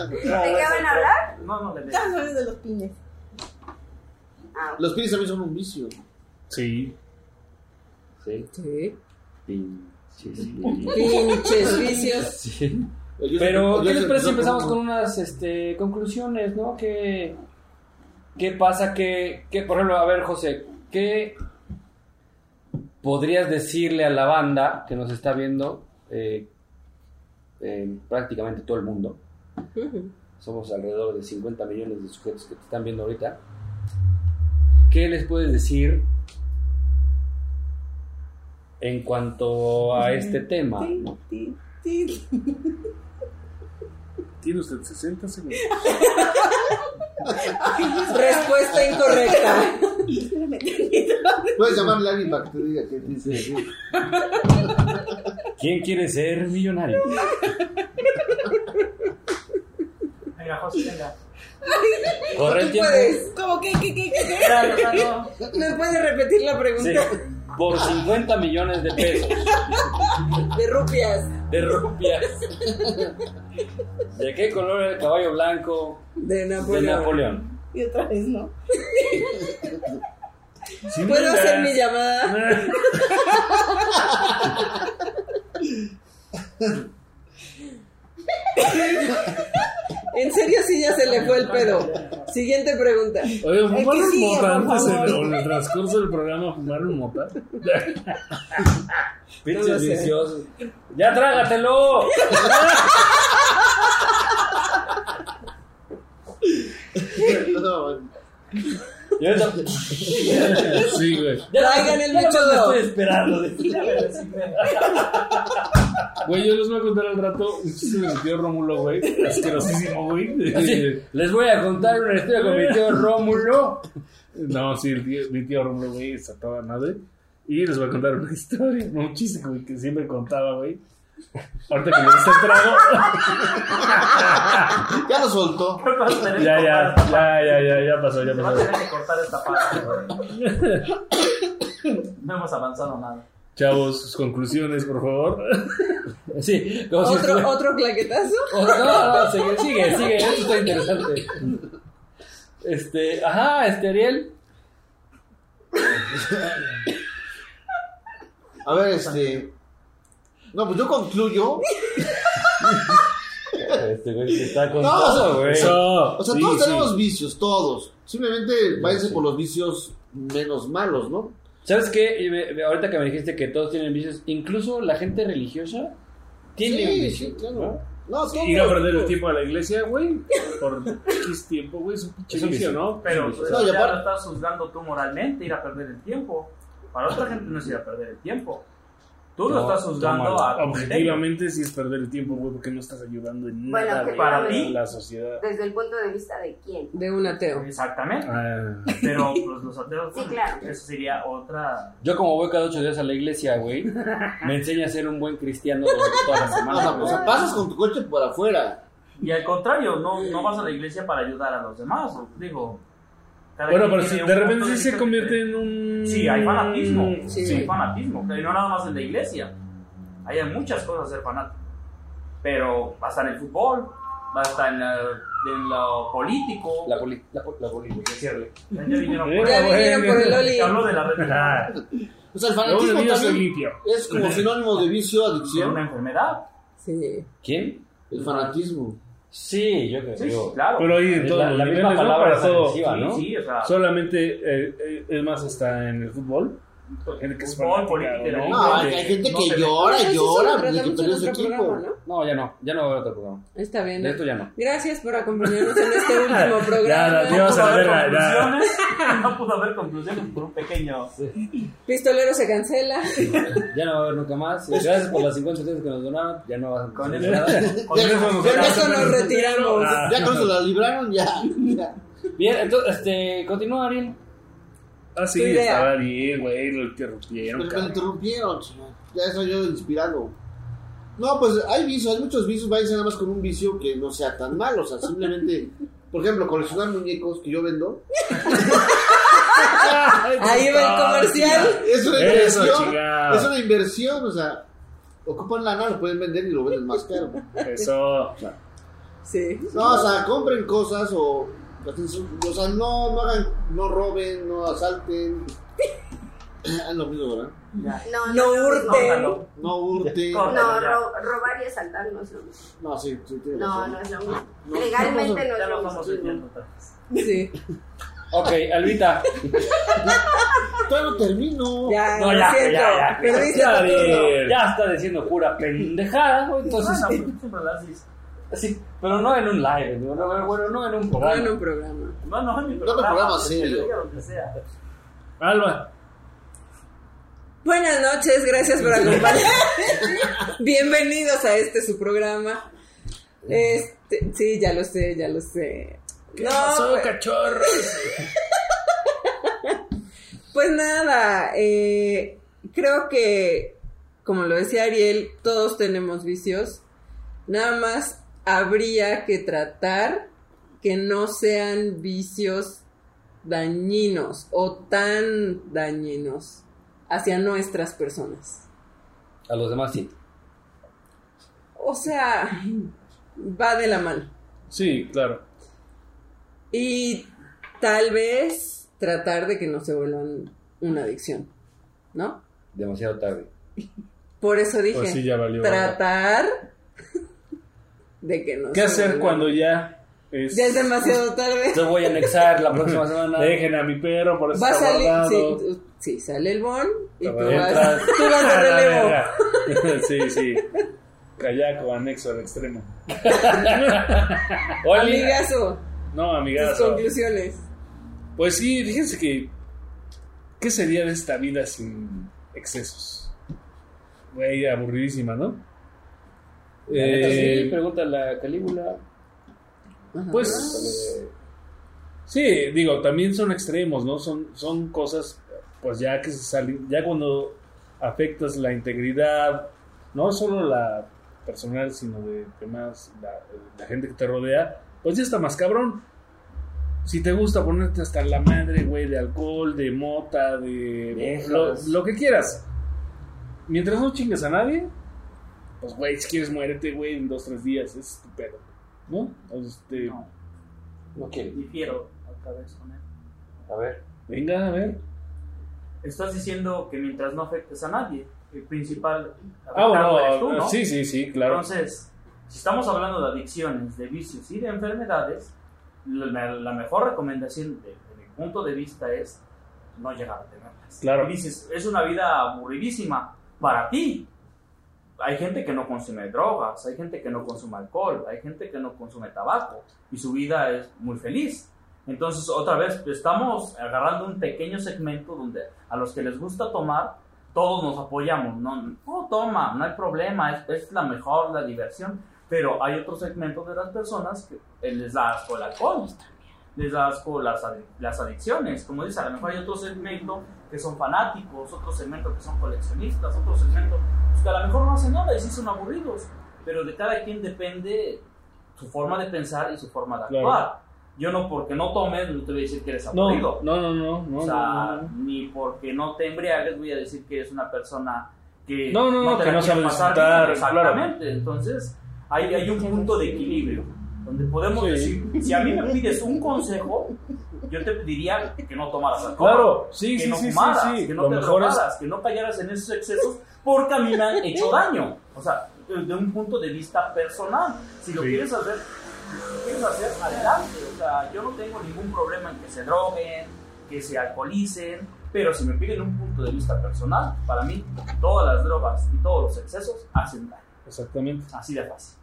Speaker 6: ¿De qué van a hablar?
Speaker 7: No, no, le
Speaker 8: Ya sabes de los pines.
Speaker 6: Ah,
Speaker 5: Los pines también son un vicio.
Speaker 2: Sí.
Speaker 3: Sí,
Speaker 4: Sí.
Speaker 3: pinches.
Speaker 4: Pinches vicios.
Speaker 3: Sí.
Speaker 5: El Joseph-
Speaker 3: Pero,
Speaker 5: el
Speaker 3: ¿qué les
Speaker 5: Joseph
Speaker 3: parece si
Speaker 5: empezó
Speaker 3: empezamos
Speaker 5: como-
Speaker 3: con unas este, conclusiones, no? ¿Qué, qué pasa? ¿Qué, qué, por ejemplo, a ver, José, ¿qué podrías decirle a la banda que nos está viendo eh, en prácticamente todo el mundo? Somos alrededor de 50 millones de sujetos que te están viendo ahorita. ¿Qué les puedes decir en cuanto a este
Speaker 4: Ah,
Speaker 3: tema?
Speaker 8: Tin, tin, tin.
Speaker 2: Tiene usted 60 segundos.
Speaker 4: Respuesta incorrecta.
Speaker 8: Espérame.
Speaker 5: Puedes llamarle a alguien para que te diga qué dice.
Speaker 3: ¿Quién quiere ser millonario?
Speaker 7: Venga, José, venga.
Speaker 3: Corre el
Speaker 4: Tú
Speaker 3: tiempo.
Speaker 4: puedes.
Speaker 8: ¿Cómo que, que, que, que?
Speaker 7: Claro, claro.
Speaker 4: ¿Me puedes repetir la
Speaker 3: Sí,
Speaker 4: pregunta?
Speaker 3: por 50 millones de pesos,
Speaker 4: De rupias.
Speaker 3: de rupias. ¿De qué color era el caballo blanco
Speaker 4: De
Speaker 3: de
Speaker 4: Napoleón.
Speaker 3: Napoleón?
Speaker 8: Y otra vez, ¿no?
Speaker 4: ¿Puedo hacer mi llamada? En serio, sí ya se le fue el pedo. Siguiente pregunta.
Speaker 2: Oye, ¿fumaron
Speaker 8: sigue,
Speaker 2: mota
Speaker 8: por
Speaker 2: antes en
Speaker 8: favor.
Speaker 2: el, transcurso del programa? ¿Fumaron mota?
Speaker 4: No lo
Speaker 3: Pinches
Speaker 4: sé.
Speaker 3: viciosos. ¡Ya trágatelo!
Speaker 5: No, bueno.
Speaker 3: Y ahorita-
Speaker 2: Sí, güey.
Speaker 3: ya
Speaker 4: Traigan el
Speaker 3: ya nomás
Speaker 4: bicho.
Speaker 3: lo estoy esperando.
Speaker 2: Güey, yo les voy a contar al rato un chiste de mi tío Rómulo, güey. Asquerosísimo, güey.
Speaker 3: Así, les voy a contar una historia con mi tío Rómulo.
Speaker 2: No, sí, el tío- mi tío Rómulo, güey, está toda madre. Y les voy a contar una historia, no, un chiste, güey, que siempre contaba, güey. Ahorita que le diste el trago.
Speaker 5: Ya lo soltó.
Speaker 7: Vas a tener que
Speaker 2: ya, ya, ya,
Speaker 7: cortar-
Speaker 2: ya, ya, ya pasó, ya
Speaker 7: Vas a
Speaker 2: pasó.
Speaker 7: tener que cortar esta parte, güey. No hemos avanzado nada.
Speaker 2: Chavos, sus conclusiones, por favor.
Speaker 3: Sí, como si
Speaker 4: ¿Otro,
Speaker 3: estuviera-
Speaker 4: otro claquetazo?
Speaker 3: Oh, no, no, sigue, sigue, sigue, esto está interesante. Este, ajá, este Ariel.
Speaker 5: A ver, este. No, pues yo concluyo.
Speaker 3: Este güey que está con
Speaker 5: No,
Speaker 3: todo, güey.
Speaker 2: Eso,
Speaker 5: O sea,
Speaker 2: sí,
Speaker 5: todos
Speaker 2: sí.
Speaker 5: tenemos vicios, todos. Simplemente váyanse por los vicios menos malos, ¿no?
Speaker 3: ¿Sabes qué? Y me- me- Ahorita que me dijiste que todos tienen vicios, incluso la gente religiosa tiene
Speaker 5: Sí,
Speaker 3: un vicio.
Speaker 5: sí, claro. No, todos.
Speaker 2: Ir a perder el tiempo a la iglesia, güey, por X tiempo, güey, es un pinche
Speaker 3: Es un
Speaker 2: vicio,
Speaker 3: vicio.
Speaker 2: ¿no?
Speaker 7: Pero
Speaker 5: No,
Speaker 7: pues,
Speaker 5: y
Speaker 7: ya
Speaker 5: aparte-
Speaker 7: lo estás juzgando tú moralmente, ir a perder el tiempo. Para otra gente no es ir a perder el tiempo. Tú
Speaker 3: No,
Speaker 7: lo estás juzgando
Speaker 3: tómalo.
Speaker 7: a tu criterio.
Speaker 2: pues, Objetivamente sí es perder el tiempo, güey, porque no estás ayudando en
Speaker 6: Bueno,
Speaker 2: nada,
Speaker 6: que
Speaker 2: güey,
Speaker 7: para
Speaker 2: a
Speaker 7: ti-
Speaker 2: la sociedad.
Speaker 6: desde el punto de vista de quién.
Speaker 4: De un ateo.
Speaker 7: Exactamente.
Speaker 2: Ah,
Speaker 7: Pero pues, los ateos.
Speaker 6: Sí, claro.
Speaker 7: Eso sería otra.
Speaker 3: Yo como voy cada ocho días a la iglesia, güey, me enseña a ser un buen cristiano durante toda la
Speaker 5: O sea,
Speaker 3: semana.
Speaker 5: o
Speaker 3: güey.
Speaker 5: sea, pasas con tu coche por afuera.
Speaker 7: Y al contrario, no, no vas a la iglesia para ayudar a los demás. Digo. cada
Speaker 2: Bueno,
Speaker 7: quien
Speaker 2: pero si
Speaker 7: tiene
Speaker 2: de
Speaker 7: un
Speaker 2: repente
Speaker 7: punto
Speaker 2: sí se
Speaker 7: vista
Speaker 2: convierte
Speaker 7: diferente.
Speaker 2: en un...
Speaker 7: Sí, hay fanatismo.
Speaker 4: Mm, Sí.
Speaker 7: Sí, hay fanatismo. pero no nada más en la iglesia. Ahí Hay muchas cosas ser fanático. Pero va a estar en el fútbol, va a estar en, la- en lo político.
Speaker 3: La poli, la, poli- la poli, cierre.
Speaker 7: Ya vinieron por
Speaker 4: Ya
Speaker 2: Pero
Speaker 4: vinieron
Speaker 2: bueno.
Speaker 4: por el Oli.
Speaker 7: Te hablo de la
Speaker 2: Ah,
Speaker 7: red
Speaker 5: O sea, el
Speaker 2: Yo
Speaker 5: fanatismo
Speaker 2: un día soy
Speaker 5: también
Speaker 2: limpio.
Speaker 5: es como sinónimo de vicio,
Speaker 7: de una
Speaker 5: adicción.
Speaker 7: enfermedad.
Speaker 4: Sí.
Speaker 3: ¿Quién?
Speaker 5: El fanatismo.
Speaker 3: Sí, yo creo.
Speaker 7: Sí, claro.
Speaker 2: Pero ahí en
Speaker 3: Es
Speaker 2: todos
Speaker 3: la-
Speaker 2: los
Speaker 3: la misma
Speaker 2: niveles, ¿no?
Speaker 3: palabra
Speaker 2: Para
Speaker 3: es
Speaker 2: todo.
Speaker 3: agresiva, ¿no?
Speaker 7: sí, sí, o sea,
Speaker 2: Solamente, eh, eh, es más, hasta en el fútbol. Gente que es fanática,
Speaker 7: fútbol,
Speaker 2: ¿no?
Speaker 7: política, la
Speaker 5: No,
Speaker 7: liga,
Speaker 5: hay, hay gente
Speaker 7: no
Speaker 5: que
Speaker 7: se ve.
Speaker 5: llora,
Speaker 4: Bueno, eso se lo
Speaker 5: llora, de que
Speaker 4: tratamos en
Speaker 5: perdió su
Speaker 4: otro
Speaker 5: equipo.
Speaker 4: programa, ¿no?
Speaker 3: No, ya no, ya no va a haber otro programa.
Speaker 4: Está bien.
Speaker 3: De esto ya no.
Speaker 4: Gracias por acompañarnos en este último
Speaker 2: Ya,
Speaker 4: programa.
Speaker 2: adiós. Vamos a la verga, ya.
Speaker 7: Conclusiones. no pudo haber conclusiones por un pequeño.
Speaker 4: Pistolero se cancela.
Speaker 3: Ya no va a haber nunca más. Y Gracias por las 50 cosas que nos donaron. Ya no vas a
Speaker 7: Con
Speaker 3: conseguir
Speaker 7: eso,
Speaker 3: nada.
Speaker 7: con eso nos
Speaker 4: Con
Speaker 7: quedamos.
Speaker 4: Pues eso nos retiramos.
Speaker 2: Ah.
Speaker 5: Ya con eso la libraron, ya. ya.
Speaker 3: Bien, entonces, este, continúa, Ariel.
Speaker 2: Ah, sí,
Speaker 4: Tu idea.
Speaker 2: estaba bien, güey, lo interrumpieron,
Speaker 5: Pero me
Speaker 2: cabrón.
Speaker 5: interrumpieron, chingada. ya soy yo inspirado. No, pues hay vicios, hay muchos vicios, váyanse nada más con un vicio que no sea tan malo, o sea, simplemente, por ejemplo, coleccionar muñecos que yo vendo.
Speaker 2: Ah,
Speaker 4: Ahí va el comercial.
Speaker 5: Es una
Speaker 2: Eso,
Speaker 5: inversión,
Speaker 2: chingado.
Speaker 5: es una inversión, o sea, ocupan lana, lo pueden vender y lo venden más caro.
Speaker 2: Eso.
Speaker 4: Sí.
Speaker 5: No, o sea, compren cosas o, o sea, no, no hagan, no roben, no asalten. Es lo mismo, ¿verdad?
Speaker 7: Ya,
Speaker 6: No,
Speaker 4: No
Speaker 6: no, no.
Speaker 4: hurte.
Speaker 7: córtalo.
Speaker 5: No hurten.
Speaker 7: Corta.
Speaker 6: No, ro- robar y asaltar no es lo mismo.
Speaker 5: No, sí, sí, tiene
Speaker 6: No,
Speaker 5: razón.
Speaker 6: no es lo mismo.
Speaker 5: No,
Speaker 6: Legalmente no
Speaker 7: Ya lo
Speaker 6: es lo mismo.
Speaker 7: vamos oyendo otra vez.
Speaker 4: Sí.
Speaker 3: Ok, Albita.
Speaker 5: Todavía no termino.
Speaker 4: Ya,
Speaker 3: No,
Speaker 4: lo
Speaker 3: ya,
Speaker 4: siento.
Speaker 3: ya, ya.
Speaker 4: Perdiste
Speaker 2: Ya,
Speaker 4: tu turno.
Speaker 2: bien.
Speaker 3: Ya está diciendo pura pendejada, güey, Entonces,
Speaker 7: Bueno, pues, siempre la haces.
Speaker 3: sí, pero no en un live, ¿no? No, Ah, bueno, no en un programa.
Speaker 4: Bueno, programa.
Speaker 7: No, no, en mi
Speaker 5: No me
Speaker 7: programa,
Speaker 5: programa
Speaker 7: pues, que te
Speaker 5: serio.
Speaker 7: diga donde sea.
Speaker 2: Alba.
Speaker 4: Buenas noches, gracias por acompañarnos. Bienvenidos a este su programa. Este, sí, ya lo sé, ya lo sé. No, pues,
Speaker 2: cachorro?
Speaker 4: pues nada, eh, creo que, como lo decía Ariel, todos tenemos vicios. Nada más habría que tratar que no sean vicios dañinos o tan dañinos hacia nuestras personas.
Speaker 3: A los demás sí.
Speaker 4: O sea, va de la mano.
Speaker 2: Sí, claro.
Speaker 4: Y tal vez tratar de que no se vuelvan una adicción, ¿no?
Speaker 3: Demasiado tarde.
Speaker 4: Por eso dije,
Speaker 2: Pues sí, ya valió.
Speaker 4: tratar de que no
Speaker 2: ¿Qué
Speaker 4: se
Speaker 2: hacer
Speaker 4: vuelvan-
Speaker 2: cuando ya es...
Speaker 4: Ya es demasiado tarde.
Speaker 3: Te voy a anexar la próxima semana.
Speaker 2: Dejen a mi perro, por eso
Speaker 4: Va a
Speaker 2: está
Speaker 4: salir,
Speaker 2: guardado.
Speaker 4: sí, tú- sí, sale el bon y tú vas,
Speaker 2: Entras-
Speaker 4: tú vas de
Speaker 2: A la
Speaker 4: relevo.
Speaker 2: verga. sí, sí. Callaco, anexo al extremo.
Speaker 3: Oli,
Speaker 4: Amigazo,
Speaker 2: No,
Speaker 4: tus
Speaker 2: amigazo.
Speaker 4: conclusiones.
Speaker 2: Pues sí, fíjense que. ¿Qué sería de esta vida sin excesos? Güey, aburridísima, ¿no?
Speaker 3: la neta
Speaker 2: Eh,
Speaker 3: sí, pregunta la Calígula.
Speaker 4: Ajá.
Speaker 2: Pues. Sí, digo, también son extremos, ¿no? Son, son cosas, pues ya que se salen, ya cuando afectas la integridad, no solo la personal, sino de temas, la, la gente que te rodea, pues ya está más cabrón. Si te gusta ponerte hasta la madre, güey, de alcohol, de mota, de...
Speaker 3: Viejas.
Speaker 2: Lo, lo que quieras. Mientras no chingues a nadie, pues, güey, si quieres muérete, güey, en dos, tres días, es tu pedo, ¿no? Este,
Speaker 7: No,
Speaker 3: No quiere.
Speaker 7: difiero otra vez con él.
Speaker 3: A ver.
Speaker 2: Venga, a ver.
Speaker 7: Estás diciendo que mientras no afectes a nadie, el principal
Speaker 2: Ah,
Speaker 7: afectado
Speaker 2: bueno,
Speaker 7: eres tú, ¿no?
Speaker 2: sí, sí, sí, claro.
Speaker 7: Entonces, si estamos hablando de adicciones, de vicios y de enfermedades, la, la mejor recomendación de- desde mi punto de vista es no llegar a tenerlas.
Speaker 2: Claro.
Speaker 7: Y dices, es una vida aburridísima para ti. Hay gente que no consume drogas, hay gente que no consume alcohol, hay gente que no consume tabaco y su vida es muy feliz. Entonces, otra vez, estamos agarrando un pequeño segmento donde a los que les gusta tomar, todos nos apoyamos. No, no toma, no hay problema, es, es la mejor, la diversión. Pero hay otro segmento de las personas que eh, les da asco el alcohol, les da asco las, adi- las adicciones. Como dice, a lo mejor hay otro segmento que son fanáticos, otro segmento que son coleccionistas, otro segmento pues, que a lo mejor no hacen nada y sí son aburridos. Pero de cada quien depende su forma de pensar y su forma de actuar.
Speaker 2: Claro.
Speaker 7: Yo no, porque no tomes, no te voy a decir que eres
Speaker 2: No,
Speaker 7: aburrido.
Speaker 2: no, no, no, no.
Speaker 7: O
Speaker 2: no,
Speaker 7: sea,
Speaker 2: no, no.
Speaker 7: ni porque no te embriagues voy a decir que eres una persona que
Speaker 2: No, no, no,
Speaker 7: te
Speaker 2: que
Speaker 7: la
Speaker 2: no
Speaker 7: quiere
Speaker 2: sabe
Speaker 7: pasar
Speaker 2: disfrutar,
Speaker 7: bien. Exactamente. Entonces, hay, hay un punto de equilibrio donde podemos
Speaker 2: Sí.
Speaker 7: decir, si a mí me pides un consejo, yo te diría que no tomaras alcohol.
Speaker 2: Claro, sí,
Speaker 7: Que
Speaker 2: sí,
Speaker 7: no
Speaker 2: sí, sí,
Speaker 7: fumaras,
Speaker 2: sí.
Speaker 7: que no
Speaker 2: Lo
Speaker 7: te
Speaker 2: mejor es
Speaker 7: drogaras, que no callaras en esos excesos porque a mí me han hecho daño. O sea, desde un punto de vista personal. Si lo
Speaker 2: Sí.
Speaker 7: quieres hacer, si lo quieres hacer, adelante. O sea, yo no tengo ningún problema en que se droguen, que se alcoholicen, pero si me piden un punto de vista personal, para mí todas las drogas y todos los excesos hacen daño.
Speaker 2: exactamente.
Speaker 7: Así de fácil.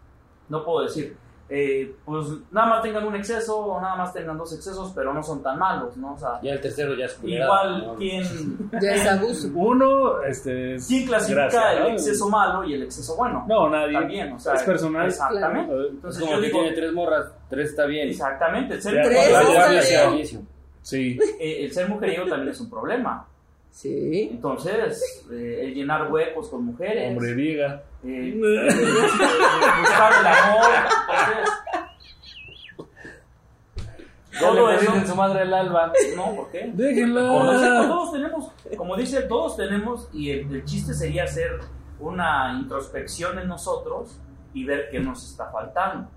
Speaker 7: No puedo decir, eh, pues nada más tengan un exceso o nada más tengan dos excesos, pero no son tan malos, ¿no? O sea,
Speaker 3: Ya el tercero ya es culerada,
Speaker 7: igual,
Speaker 3: ¿no?
Speaker 7: ¿quién,
Speaker 4: Ya es abuso.
Speaker 2: Uno, este. es-
Speaker 7: quién clasifica
Speaker 2: Gracias,
Speaker 7: el
Speaker 2: ¿no?
Speaker 7: exceso malo y el exceso bueno?
Speaker 2: No, nadie.
Speaker 7: También, o sea,
Speaker 2: es personal.
Speaker 7: Exactamente.
Speaker 2: Eh,
Speaker 3: Es
Speaker 7: Entonces
Speaker 3: como
Speaker 7: yo
Speaker 3: el que
Speaker 7: digo,
Speaker 3: tiene tres morras, tres está bien.
Speaker 7: exactamente, el ser,
Speaker 2: Ya,
Speaker 4: Tres,
Speaker 2: cuando
Speaker 4: está
Speaker 2: hablas-
Speaker 4: bien.
Speaker 3: Vicio.
Speaker 2: Sí.
Speaker 7: eh, el ser mujeriego también es un problema.
Speaker 4: Sí.
Speaker 7: Entonces, eh, el llenar huecos con mujeres,
Speaker 2: Hombre, diga.
Speaker 7: eh, buscar el amor, entonces,
Speaker 3: Ya le
Speaker 7: Todo
Speaker 3: pusiste
Speaker 7: eso-
Speaker 3: en su madre el alba.
Speaker 7: no, ¿por qué?
Speaker 3: Ah.
Speaker 7: Como dice, pues,
Speaker 2: Déjenla.
Speaker 7: todos tenemos, como dice, todos tenemos, y el, el chiste sería hacer una introspección en nosotros y ver qué nos está faltando,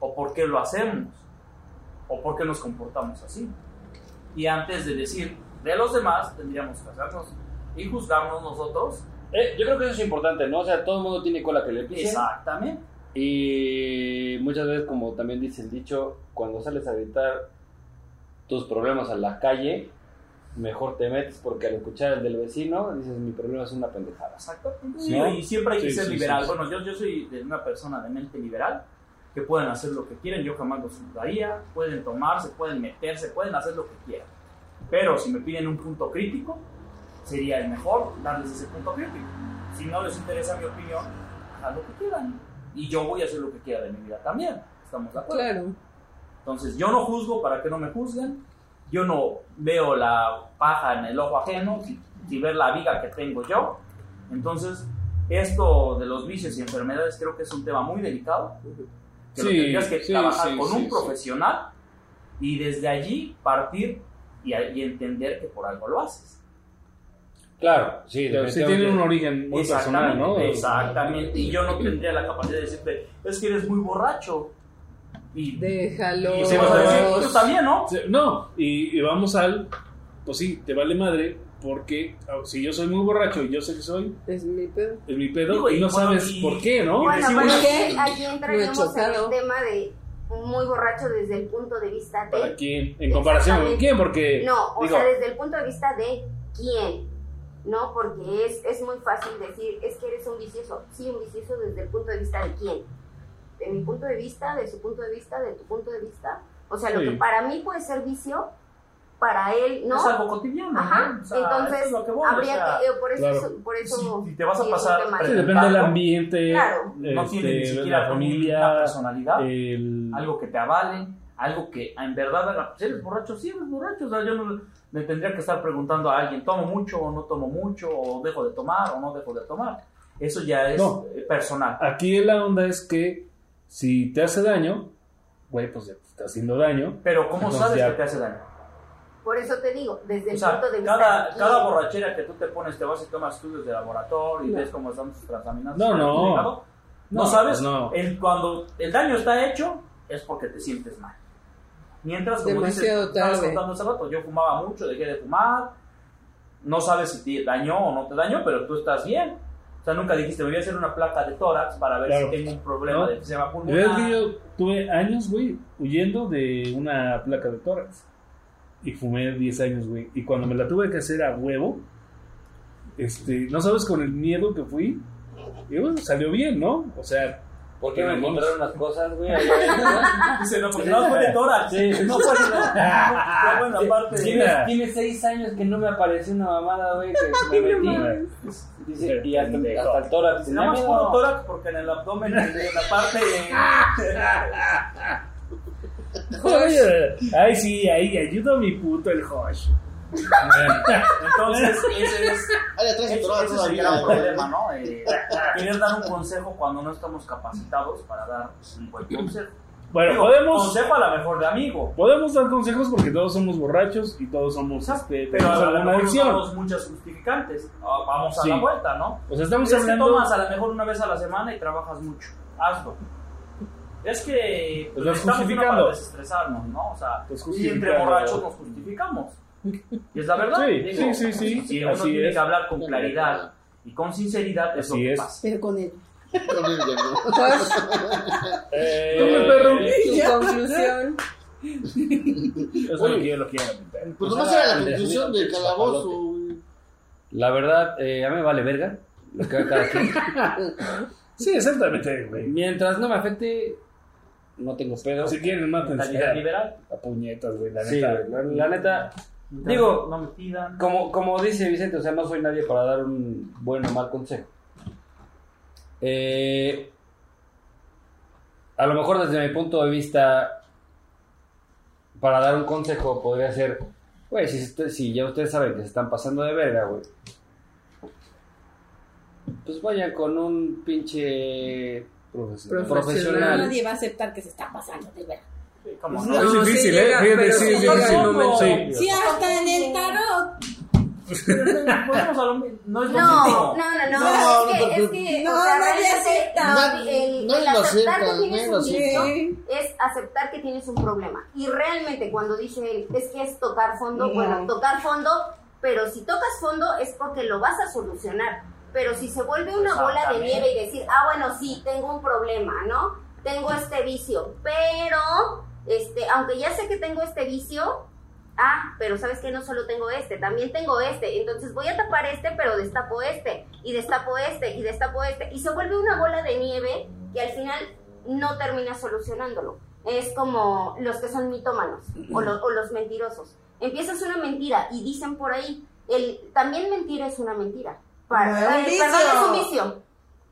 Speaker 7: o por qué lo hacemos, o por qué nos comportamos así. Y antes de decir de los demás, tendríamos que hacernos y juzgarnos nosotros.
Speaker 3: Eh, yo creo que eso es importante, ¿no? O sea, todo el mundo tiene cola que le pise.
Speaker 7: Exactamente.
Speaker 3: Y muchas veces, como también dice el dicho, cuando sales a gritar tus problemas a la calle, mejor te metes porque al escuchar el del vecino dices, mi problema es una pendejada.
Speaker 7: Exactamente.
Speaker 2: Sí.
Speaker 7: Y siempre hay que
Speaker 2: Sí,
Speaker 7: ser
Speaker 2: sí,
Speaker 7: liberal.
Speaker 2: sí, sí.
Speaker 7: Bueno, yo, yo soy de una persona de mente liberal, que pueden hacer lo que quieren, yo jamás los juzgaría, pueden tomarse, pueden meterse, pueden hacer lo que quieran. Pero si me piden un punto crítico, sería el mejor darles ese punto crítico. Si no les interesa mi opinión, hagan lo que quieran. Y yo voy a hacer lo que quiera de mi vida también. ¿Estamos de acuerdo?
Speaker 4: Claro.
Speaker 7: Entonces, yo no juzgo para que no me juzguen. Yo no veo la paja en el ojo ajeno, si, si ver la viga que tengo yo. Entonces, esto de los vicios y enfermedades creo que es un tema muy delicado. Que lo
Speaker 2: Sí,
Speaker 7: tendrías que
Speaker 2: sí,
Speaker 7: trabajar
Speaker 2: sí,
Speaker 7: con un
Speaker 2: sí,
Speaker 7: profesional y desde allí partir y, y entender que por algo lo haces.
Speaker 3: Claro, sí,
Speaker 2: Pero sí
Speaker 3: definitivamente.
Speaker 2: tiene un origen muy personal, ¿no?
Speaker 7: Exactamente. Y yo no tendría la capacidad de decirte, es que eres muy borracho. Y,
Speaker 4: Déjalo.
Speaker 7: y se vas a decir,
Speaker 2: Dios.
Speaker 7: tú también, ¿no?
Speaker 2: Sí, No, y, y vamos al. Pues sí, te vale madre, porque ah, si yo soy muy borracho y yo sé que soy,
Speaker 4: Es mi pedo.
Speaker 2: es mi pedo,
Speaker 7: Digo,
Speaker 2: y
Speaker 7: y
Speaker 2: no
Speaker 7: bueno,
Speaker 2: sabes
Speaker 7: y-
Speaker 2: por qué, ¿no?
Speaker 6: Bueno, pero
Speaker 4: ¿por
Speaker 6: es
Speaker 4: qué?
Speaker 6: que aquí
Speaker 4: Lo he
Speaker 6: entraríamos en
Speaker 4: chocado.
Speaker 6: el tema de muy borracho desde el punto de vista
Speaker 2: ¿Para
Speaker 6: de...
Speaker 2: quién? En comparación con
Speaker 6: Exactamente.
Speaker 2: quién, porque.
Speaker 6: No, o
Speaker 2: digo,
Speaker 6: sea, desde el punto de vista de quién, ¿no? Porque es, es muy fácil decir, es que eres un vicioso. Sí, un vicioso desde el punto de vista de quién. De mi punto de vista, de su punto de vista, de tu punto de vista. O sea, lo
Speaker 2: Sí.
Speaker 6: que para mí puede ser vicio, para él no.
Speaker 7: Es algo cotidiano.
Speaker 6: Ajá,
Speaker 7: ¿no? O sea,
Speaker 6: entonces
Speaker 7: eso es lo que voy,
Speaker 6: habría
Speaker 7: o sea,
Speaker 6: que, eh, por eso,
Speaker 2: claro.
Speaker 6: es- por eso
Speaker 7: Si te vas a
Speaker 6: sí es un
Speaker 7: pasar-
Speaker 6: tema.
Speaker 2: sí, depende del
Speaker 7: Claro.
Speaker 2: ambiente,
Speaker 6: Claro.
Speaker 7: no tiene ni
Speaker 2: este,
Speaker 7: siquiera
Speaker 2: la
Speaker 7: una
Speaker 2: familia,
Speaker 7: personalidad,
Speaker 2: el-
Speaker 7: algo que te avale, algo que en verdad haga, "Pues, eres borracho, sí eres borracho, o sea, yo no le tendría que estar preguntando a alguien, tomo mucho o no tomo mucho, o dejo de tomar o no dejo de tomar. Eso ya es
Speaker 2: No.
Speaker 7: eh, personal.
Speaker 2: Aquí la onda es que si te hace daño, güey, pues ya te está haciendo daño.
Speaker 7: Pero ¿cómo
Speaker 2: Entonces
Speaker 7: sabes
Speaker 2: ya-
Speaker 7: que te hace daño?
Speaker 6: Por eso te digo, desde
Speaker 7: O
Speaker 6: el
Speaker 7: sea,
Speaker 6: punto de vista de
Speaker 7: cada,
Speaker 6: quién.
Speaker 7: cada borrachera que tú te pones, te vas y tomas estudios de laboratorio y ves cómo están tus transaminadas.
Speaker 2: No, no.
Speaker 7: ¿no? sabes?
Speaker 2: No.
Speaker 7: El- cuando el daño está hecho, es porque te sientes mal. Mientras, como
Speaker 4: Demasiado
Speaker 7: dices, estabas
Speaker 4: tarde.
Speaker 7: contando hace rato, yo fumaba mucho, dejé de fumar. No sabes si te dañó o no te dañó, pero tú estás bien. O sea, nunca dijiste, me voy a hacer una placa de tórax para ver
Speaker 2: Claro.
Speaker 7: si tengo un problema
Speaker 2: No.
Speaker 7: de enfisema
Speaker 2: De verdad que
Speaker 7: pulmonar.
Speaker 2: yo tuve años, güey, huyendo de una placa de tórax. Y fumé 10 años, güey. Y cuando me la tuve que hacer a huevo, este, no sabes con el miedo que fui. Y bueno, salió bien, ¿no? O sea,
Speaker 3: Porque me
Speaker 2: Pero vamos.
Speaker 3: encontraron unas cosas, güey.
Speaker 7: Dice, no, porque no fue de tórax.
Speaker 2: Sí.
Speaker 7: No fue de tórax. Fue buena parte de-
Speaker 2: Sí.
Speaker 3: Tiene, tiene seis años que no me apareció una mamada, güey. Que me metí. Dice, y hasta, hasta el tórax. "Ah,
Speaker 7: Se
Speaker 3: tenía
Speaker 7: llama
Speaker 3: miedo.
Speaker 7: puro tórax porque en el abdomen, en la parte.
Speaker 2: Joder. Ay, sí, ahí ayuda a mi puto el Josh.
Speaker 7: Entonces, ese es.
Speaker 5: Ahí atrás de
Speaker 7: Eso,
Speaker 5: Torada
Speaker 7: ese es el
Speaker 5: todavía.
Speaker 7: gran problema, ¿no? Eh, querer dar un consejo cuando no estamos capacitados para dar un buen consejo.
Speaker 2: Bueno,
Speaker 7: Digo,
Speaker 2: podemos,
Speaker 7: Consejo a lo mejor de amigo.
Speaker 2: podemos dar consejos porque todos somos borrachos y todos somos este,
Speaker 7: Pero
Speaker 2: tenemos
Speaker 7: a lo
Speaker 2: alguna
Speaker 7: mejor
Speaker 2: adicción.
Speaker 7: usamos muchas justificantes. Ah, Vamos a
Speaker 2: Sí.
Speaker 7: la vuelta, ¿no?
Speaker 2: O sea, estamos
Speaker 7: Es que
Speaker 2: hablando.
Speaker 7: tomas a lo mejor una vez a la semana y trabajas mucho. Hazlo. Es que
Speaker 2: Pues vas
Speaker 7: necesitamos una
Speaker 2: justificando.
Speaker 7: para desestresarnos, ¿no? O sea,
Speaker 2: Pues
Speaker 7: y entre
Speaker 2: justificando.
Speaker 7: borrachos nos justificamos. Y es la verdad.
Speaker 2: Sí,
Speaker 7: digo,
Speaker 2: sí, sí, sí,
Speaker 7: Si uno
Speaker 2: así
Speaker 7: tiene
Speaker 2: es.
Speaker 7: que hablar con claridad y con sinceridad, es
Speaker 2: Así
Speaker 7: lo que
Speaker 2: es.
Speaker 7: pasa.
Speaker 8: Pero con él.
Speaker 5: Con el diablo.
Speaker 7: Pues
Speaker 4: Josh,
Speaker 3: Eh,
Speaker 2: Come, perro.
Speaker 4: tu conclusión.
Speaker 2: Eso es lo que yo lo quiero. mi perro.
Speaker 5: Pues
Speaker 3: O
Speaker 5: nomás
Speaker 3: sea,
Speaker 5: era la
Speaker 3: el desvío
Speaker 5: conclusión del
Speaker 3: del
Speaker 5: calabozo.
Speaker 3: chapalote.
Speaker 5: güey.
Speaker 3: La verdad, eh, a mí me vale verga. Lo que haga cada quien.
Speaker 2: Sí, exactamente, güey.
Speaker 3: Mientras no me afecte, no tengo pedo.
Speaker 2: Si quieren, mátense
Speaker 7: Mentalidad
Speaker 2: a,
Speaker 7: liberal.
Speaker 2: a puñetas, güey. La
Speaker 3: Sí,
Speaker 2: neta.
Speaker 3: güey, la, la neta, Digo,
Speaker 7: no me pidan.
Speaker 3: como, como dice Vicente, o sea, no soy nadie para dar un buen o mal consejo. Eh, a lo mejor desde mi punto de vista, para dar un consejo podría ser, güey, si, usted- si ya ustedes saben que se están pasando de verga, güey. Pues vayan con un pinche
Speaker 2: Profesional.
Speaker 3: profesional.
Speaker 8: Nadie va a aceptar que se está pasando de verdad.
Speaker 7: ¿Cómo
Speaker 2: No, es difícil,
Speaker 4: sí
Speaker 2: ¿eh?
Speaker 4: llega,
Speaker 2: Fíjate,
Speaker 4: pero
Speaker 2: sí,
Speaker 4: sí
Speaker 2: es
Speaker 4: llega el
Speaker 2: difícil.
Speaker 4: momento.
Speaker 2: Sí.
Speaker 8: Sí, hasta en el tarot.
Speaker 7: Volvemos a lo mismo. No es lo
Speaker 6: No, no,
Speaker 7: mismo.
Speaker 6: no, no,
Speaker 5: No,
Speaker 6: es que,
Speaker 5: no,
Speaker 6: es
Speaker 5: no,
Speaker 6: que,
Speaker 8: no,
Speaker 6: o sea,
Speaker 8: nadie
Speaker 6: realmente
Speaker 8: acepta.
Speaker 6: el-
Speaker 5: Nadie
Speaker 6: el, el
Speaker 5: lo
Speaker 6: aceptar
Speaker 5: acepta,
Speaker 6: que tienes
Speaker 5: nadie lo
Speaker 6: un vicio
Speaker 8: acepta.
Speaker 6: es aceptar que tienes un problema. Y realmente cuando dije él, es que es tocar fondo,
Speaker 8: No.
Speaker 6: bueno, tocar fondo, pero si tocas fondo es porque lo vas a solucionar. Pero si se vuelve una bola de
Speaker 7: Exactamente.
Speaker 6: nieve y decir, ah, bueno, sí, tengo un problema, ¿no? Tengo este vicio, pero, este, aunque ya sé que tengo este vicio, ah, pero sabes que no solo tengo este, también tengo este, entonces voy a tapar este, pero destapo este, y destapo este, y destapo este, y se vuelve una bola de nieve que al final no termina solucionándolo. Es como los que son mitómanos o, lo- o los mentirosos. Empiezas una mentira y dicen por ahí, el, también mentira es una mentira. Para,
Speaker 8: No, es un
Speaker 6: eh,
Speaker 8: vicio.
Speaker 6: Perdón, es un vicio.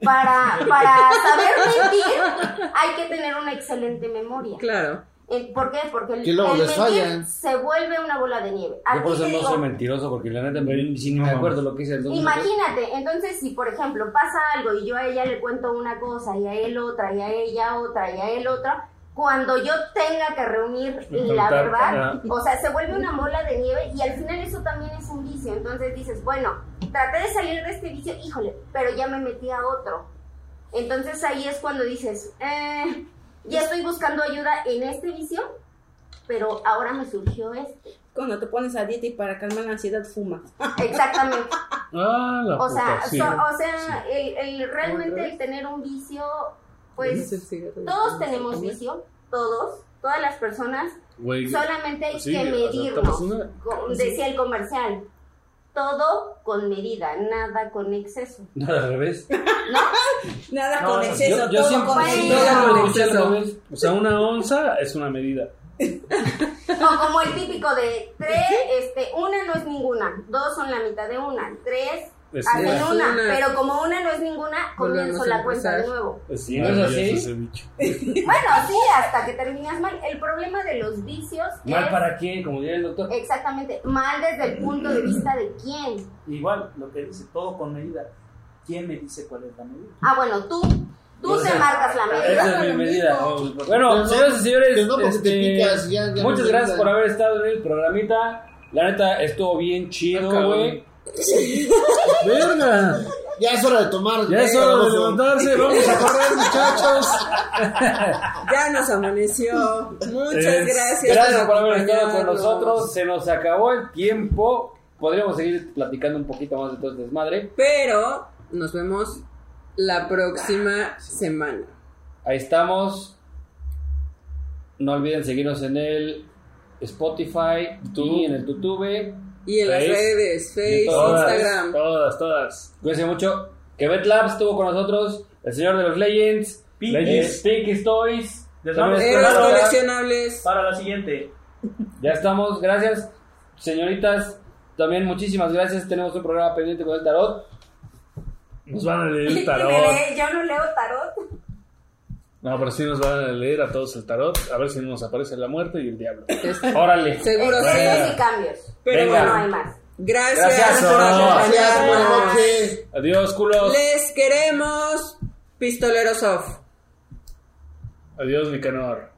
Speaker 6: Para, para saber mentir hay que tener una excelente memoria.
Speaker 4: Claro.
Speaker 6: Eh, ¿Por qué? Porque el,
Speaker 5: Que luego
Speaker 6: el
Speaker 5: les fallan.
Speaker 6: se vuelve una bola de nieve.
Speaker 3: Yo
Speaker 8: Ah,
Speaker 6: Aquí
Speaker 3: por eso
Speaker 6: te
Speaker 3: no
Speaker 6: digo,
Speaker 3: soy mentiroso, porque la neta si no me
Speaker 2: No.
Speaker 3: acuerdo lo que hice. Entonces,
Speaker 6: Imagínate, entonces si por ejemplo pasa algo y yo a ella le cuento una cosa y a él otra y a ella otra y a él otra, cuando yo tenga que reunir la
Speaker 2: Juntar,
Speaker 6: verdad, o sea, se vuelve una bola de nieve y al final eso también es un vicio. Entonces dices, bueno, traté de salir de este vicio, híjole, pero ya me metí a otro. Entonces ahí es cuando dices, eh, ya estoy buscando ayuda en este vicio, pero ahora me surgió este.
Speaker 8: Cuando te pones a dieta y para calmar la ansiedad fumas.
Speaker 6: Exactamente.
Speaker 2: Ah, la
Speaker 6: O sea,
Speaker 2: puta, sí.
Speaker 6: so- o sea el, el- realmente el tener un vicio,
Speaker 4: Es el
Speaker 6: pues
Speaker 4: cigarro.
Speaker 6: todos tenemos vicio, todos, todas las personas,
Speaker 2: Güey,
Speaker 6: solamente hay
Speaker 2: sí,
Speaker 6: que
Speaker 2: o sea,
Speaker 6: medirnos,
Speaker 2: tapas una-
Speaker 6: co- decía el comercial, todo con medida, nada con exceso.
Speaker 3: Nada al revés.
Speaker 8: Nada
Speaker 7: No,
Speaker 8: con
Speaker 7: no,
Speaker 8: exceso,
Speaker 3: yo, yo
Speaker 8: todo
Speaker 3: siempre,
Speaker 8: con
Speaker 6: Bueno.
Speaker 3: yo
Speaker 8: medida.
Speaker 3: siempre lo
Speaker 4: Bueno.
Speaker 3: escuché al
Speaker 4: Eso.
Speaker 3: revés.
Speaker 2: O sea, una onza es una medida.
Speaker 6: O como el típico de tres, este, una no es ninguna, dos son la mitad de una, tres,
Speaker 2: Es
Speaker 6: hacen
Speaker 4: una.
Speaker 6: una,
Speaker 4: Una.
Speaker 6: pero como una no es ninguna,
Speaker 4: Volvemos
Speaker 6: comienzo
Speaker 4: a
Speaker 6: la cuenta de
Speaker 4: empezar.
Speaker 6: nuevo.
Speaker 2: Es
Speaker 3: ¿No es
Speaker 2: maravilloso
Speaker 3: así?
Speaker 2: ese bicho.
Speaker 6: Bueno, sí, hasta que terminas mal. El problema de los vicios
Speaker 3: ¿Mal
Speaker 6: es...
Speaker 3: para qué? Como diría el doctor.
Speaker 5: Eh,
Speaker 6: Exactamente, mal desde el punto de vista de quién.
Speaker 7: Igual, lo que dice, todo con medida. ¿Quién me dice cuál es la medida?
Speaker 6: Ah, bueno, tú, tú
Speaker 3: Entonces,
Speaker 6: te marcas la medida.
Speaker 3: Esa es mi medida.
Speaker 5: No,
Speaker 3: Bueno,
Speaker 5: no,
Speaker 3: señores y señores,
Speaker 5: Pero no porque te
Speaker 3: este,
Speaker 5: picas, ya, ya
Speaker 3: muchas
Speaker 5: no
Speaker 3: gracias
Speaker 5: te
Speaker 3: por haber estado en el programita. La neta, estuvo bien chido,
Speaker 2: Ah, cabrón.
Speaker 3: güey.
Speaker 2: ¡Verga!
Speaker 5: Ya es hora de tomar.
Speaker 2: Ya es hora de levantarse, vamos a correr.
Speaker 5: muchachos.
Speaker 4: Ya nos amaneció. Muchas
Speaker 2: Es-
Speaker 4: gracias.
Speaker 3: Gracias por haber estado con
Speaker 4: acompañarnos.
Speaker 3: nosotros. Se nos acabó el tiempo. Podríamos seguir platicando un poquito más de todo este desmadre.
Speaker 4: Pero nos vemos la próxima semana.
Speaker 3: Ahí estamos. No olviden seguirnos en el Spotify y en el YouTube.
Speaker 4: Y en las
Speaker 2: Face,
Speaker 4: redes,
Speaker 3: en
Speaker 4: Facebook,
Speaker 3: todas,
Speaker 4: Instagram.
Speaker 2: Todas, todas.
Speaker 3: Cuídense mucho. Que Bet Labs estuvo con nosotros. El señor de los Legends.
Speaker 2: Legends.
Speaker 3: eh, Pinkies Toys.
Speaker 7: Les
Speaker 3: También
Speaker 7: vamos a
Speaker 3: está
Speaker 4: Héroes
Speaker 7: esperar
Speaker 3: Laura.
Speaker 4: coleccionables.
Speaker 7: para la siguiente.
Speaker 3: Ya estamos. Gracias, señoritas. También muchísimas gracias. Tenemos un programa pendiente con el tarot.
Speaker 2: Nos van a leer el tarot.
Speaker 6: Yo no leo tarot.
Speaker 2: No, pero sí nos van a leer a todos el tarot. A ver si no nos aparece la muerte y el diablo.
Speaker 3: Órale.
Speaker 4: Seguro
Speaker 6: Cambios
Speaker 4: sí.
Speaker 6: y cambios.
Speaker 4: Pero
Speaker 3: Venga.
Speaker 6: No
Speaker 4: bueno,
Speaker 6: hay más.
Speaker 4: gracias,
Speaker 3: Gracias,
Speaker 4: por
Speaker 5: Gracias, buenas
Speaker 4: acompañarnos.
Speaker 5: noches.
Speaker 2: Adiós, culos.
Speaker 4: Les queremos, pistoleros off.
Speaker 2: Adiós, Nicanor.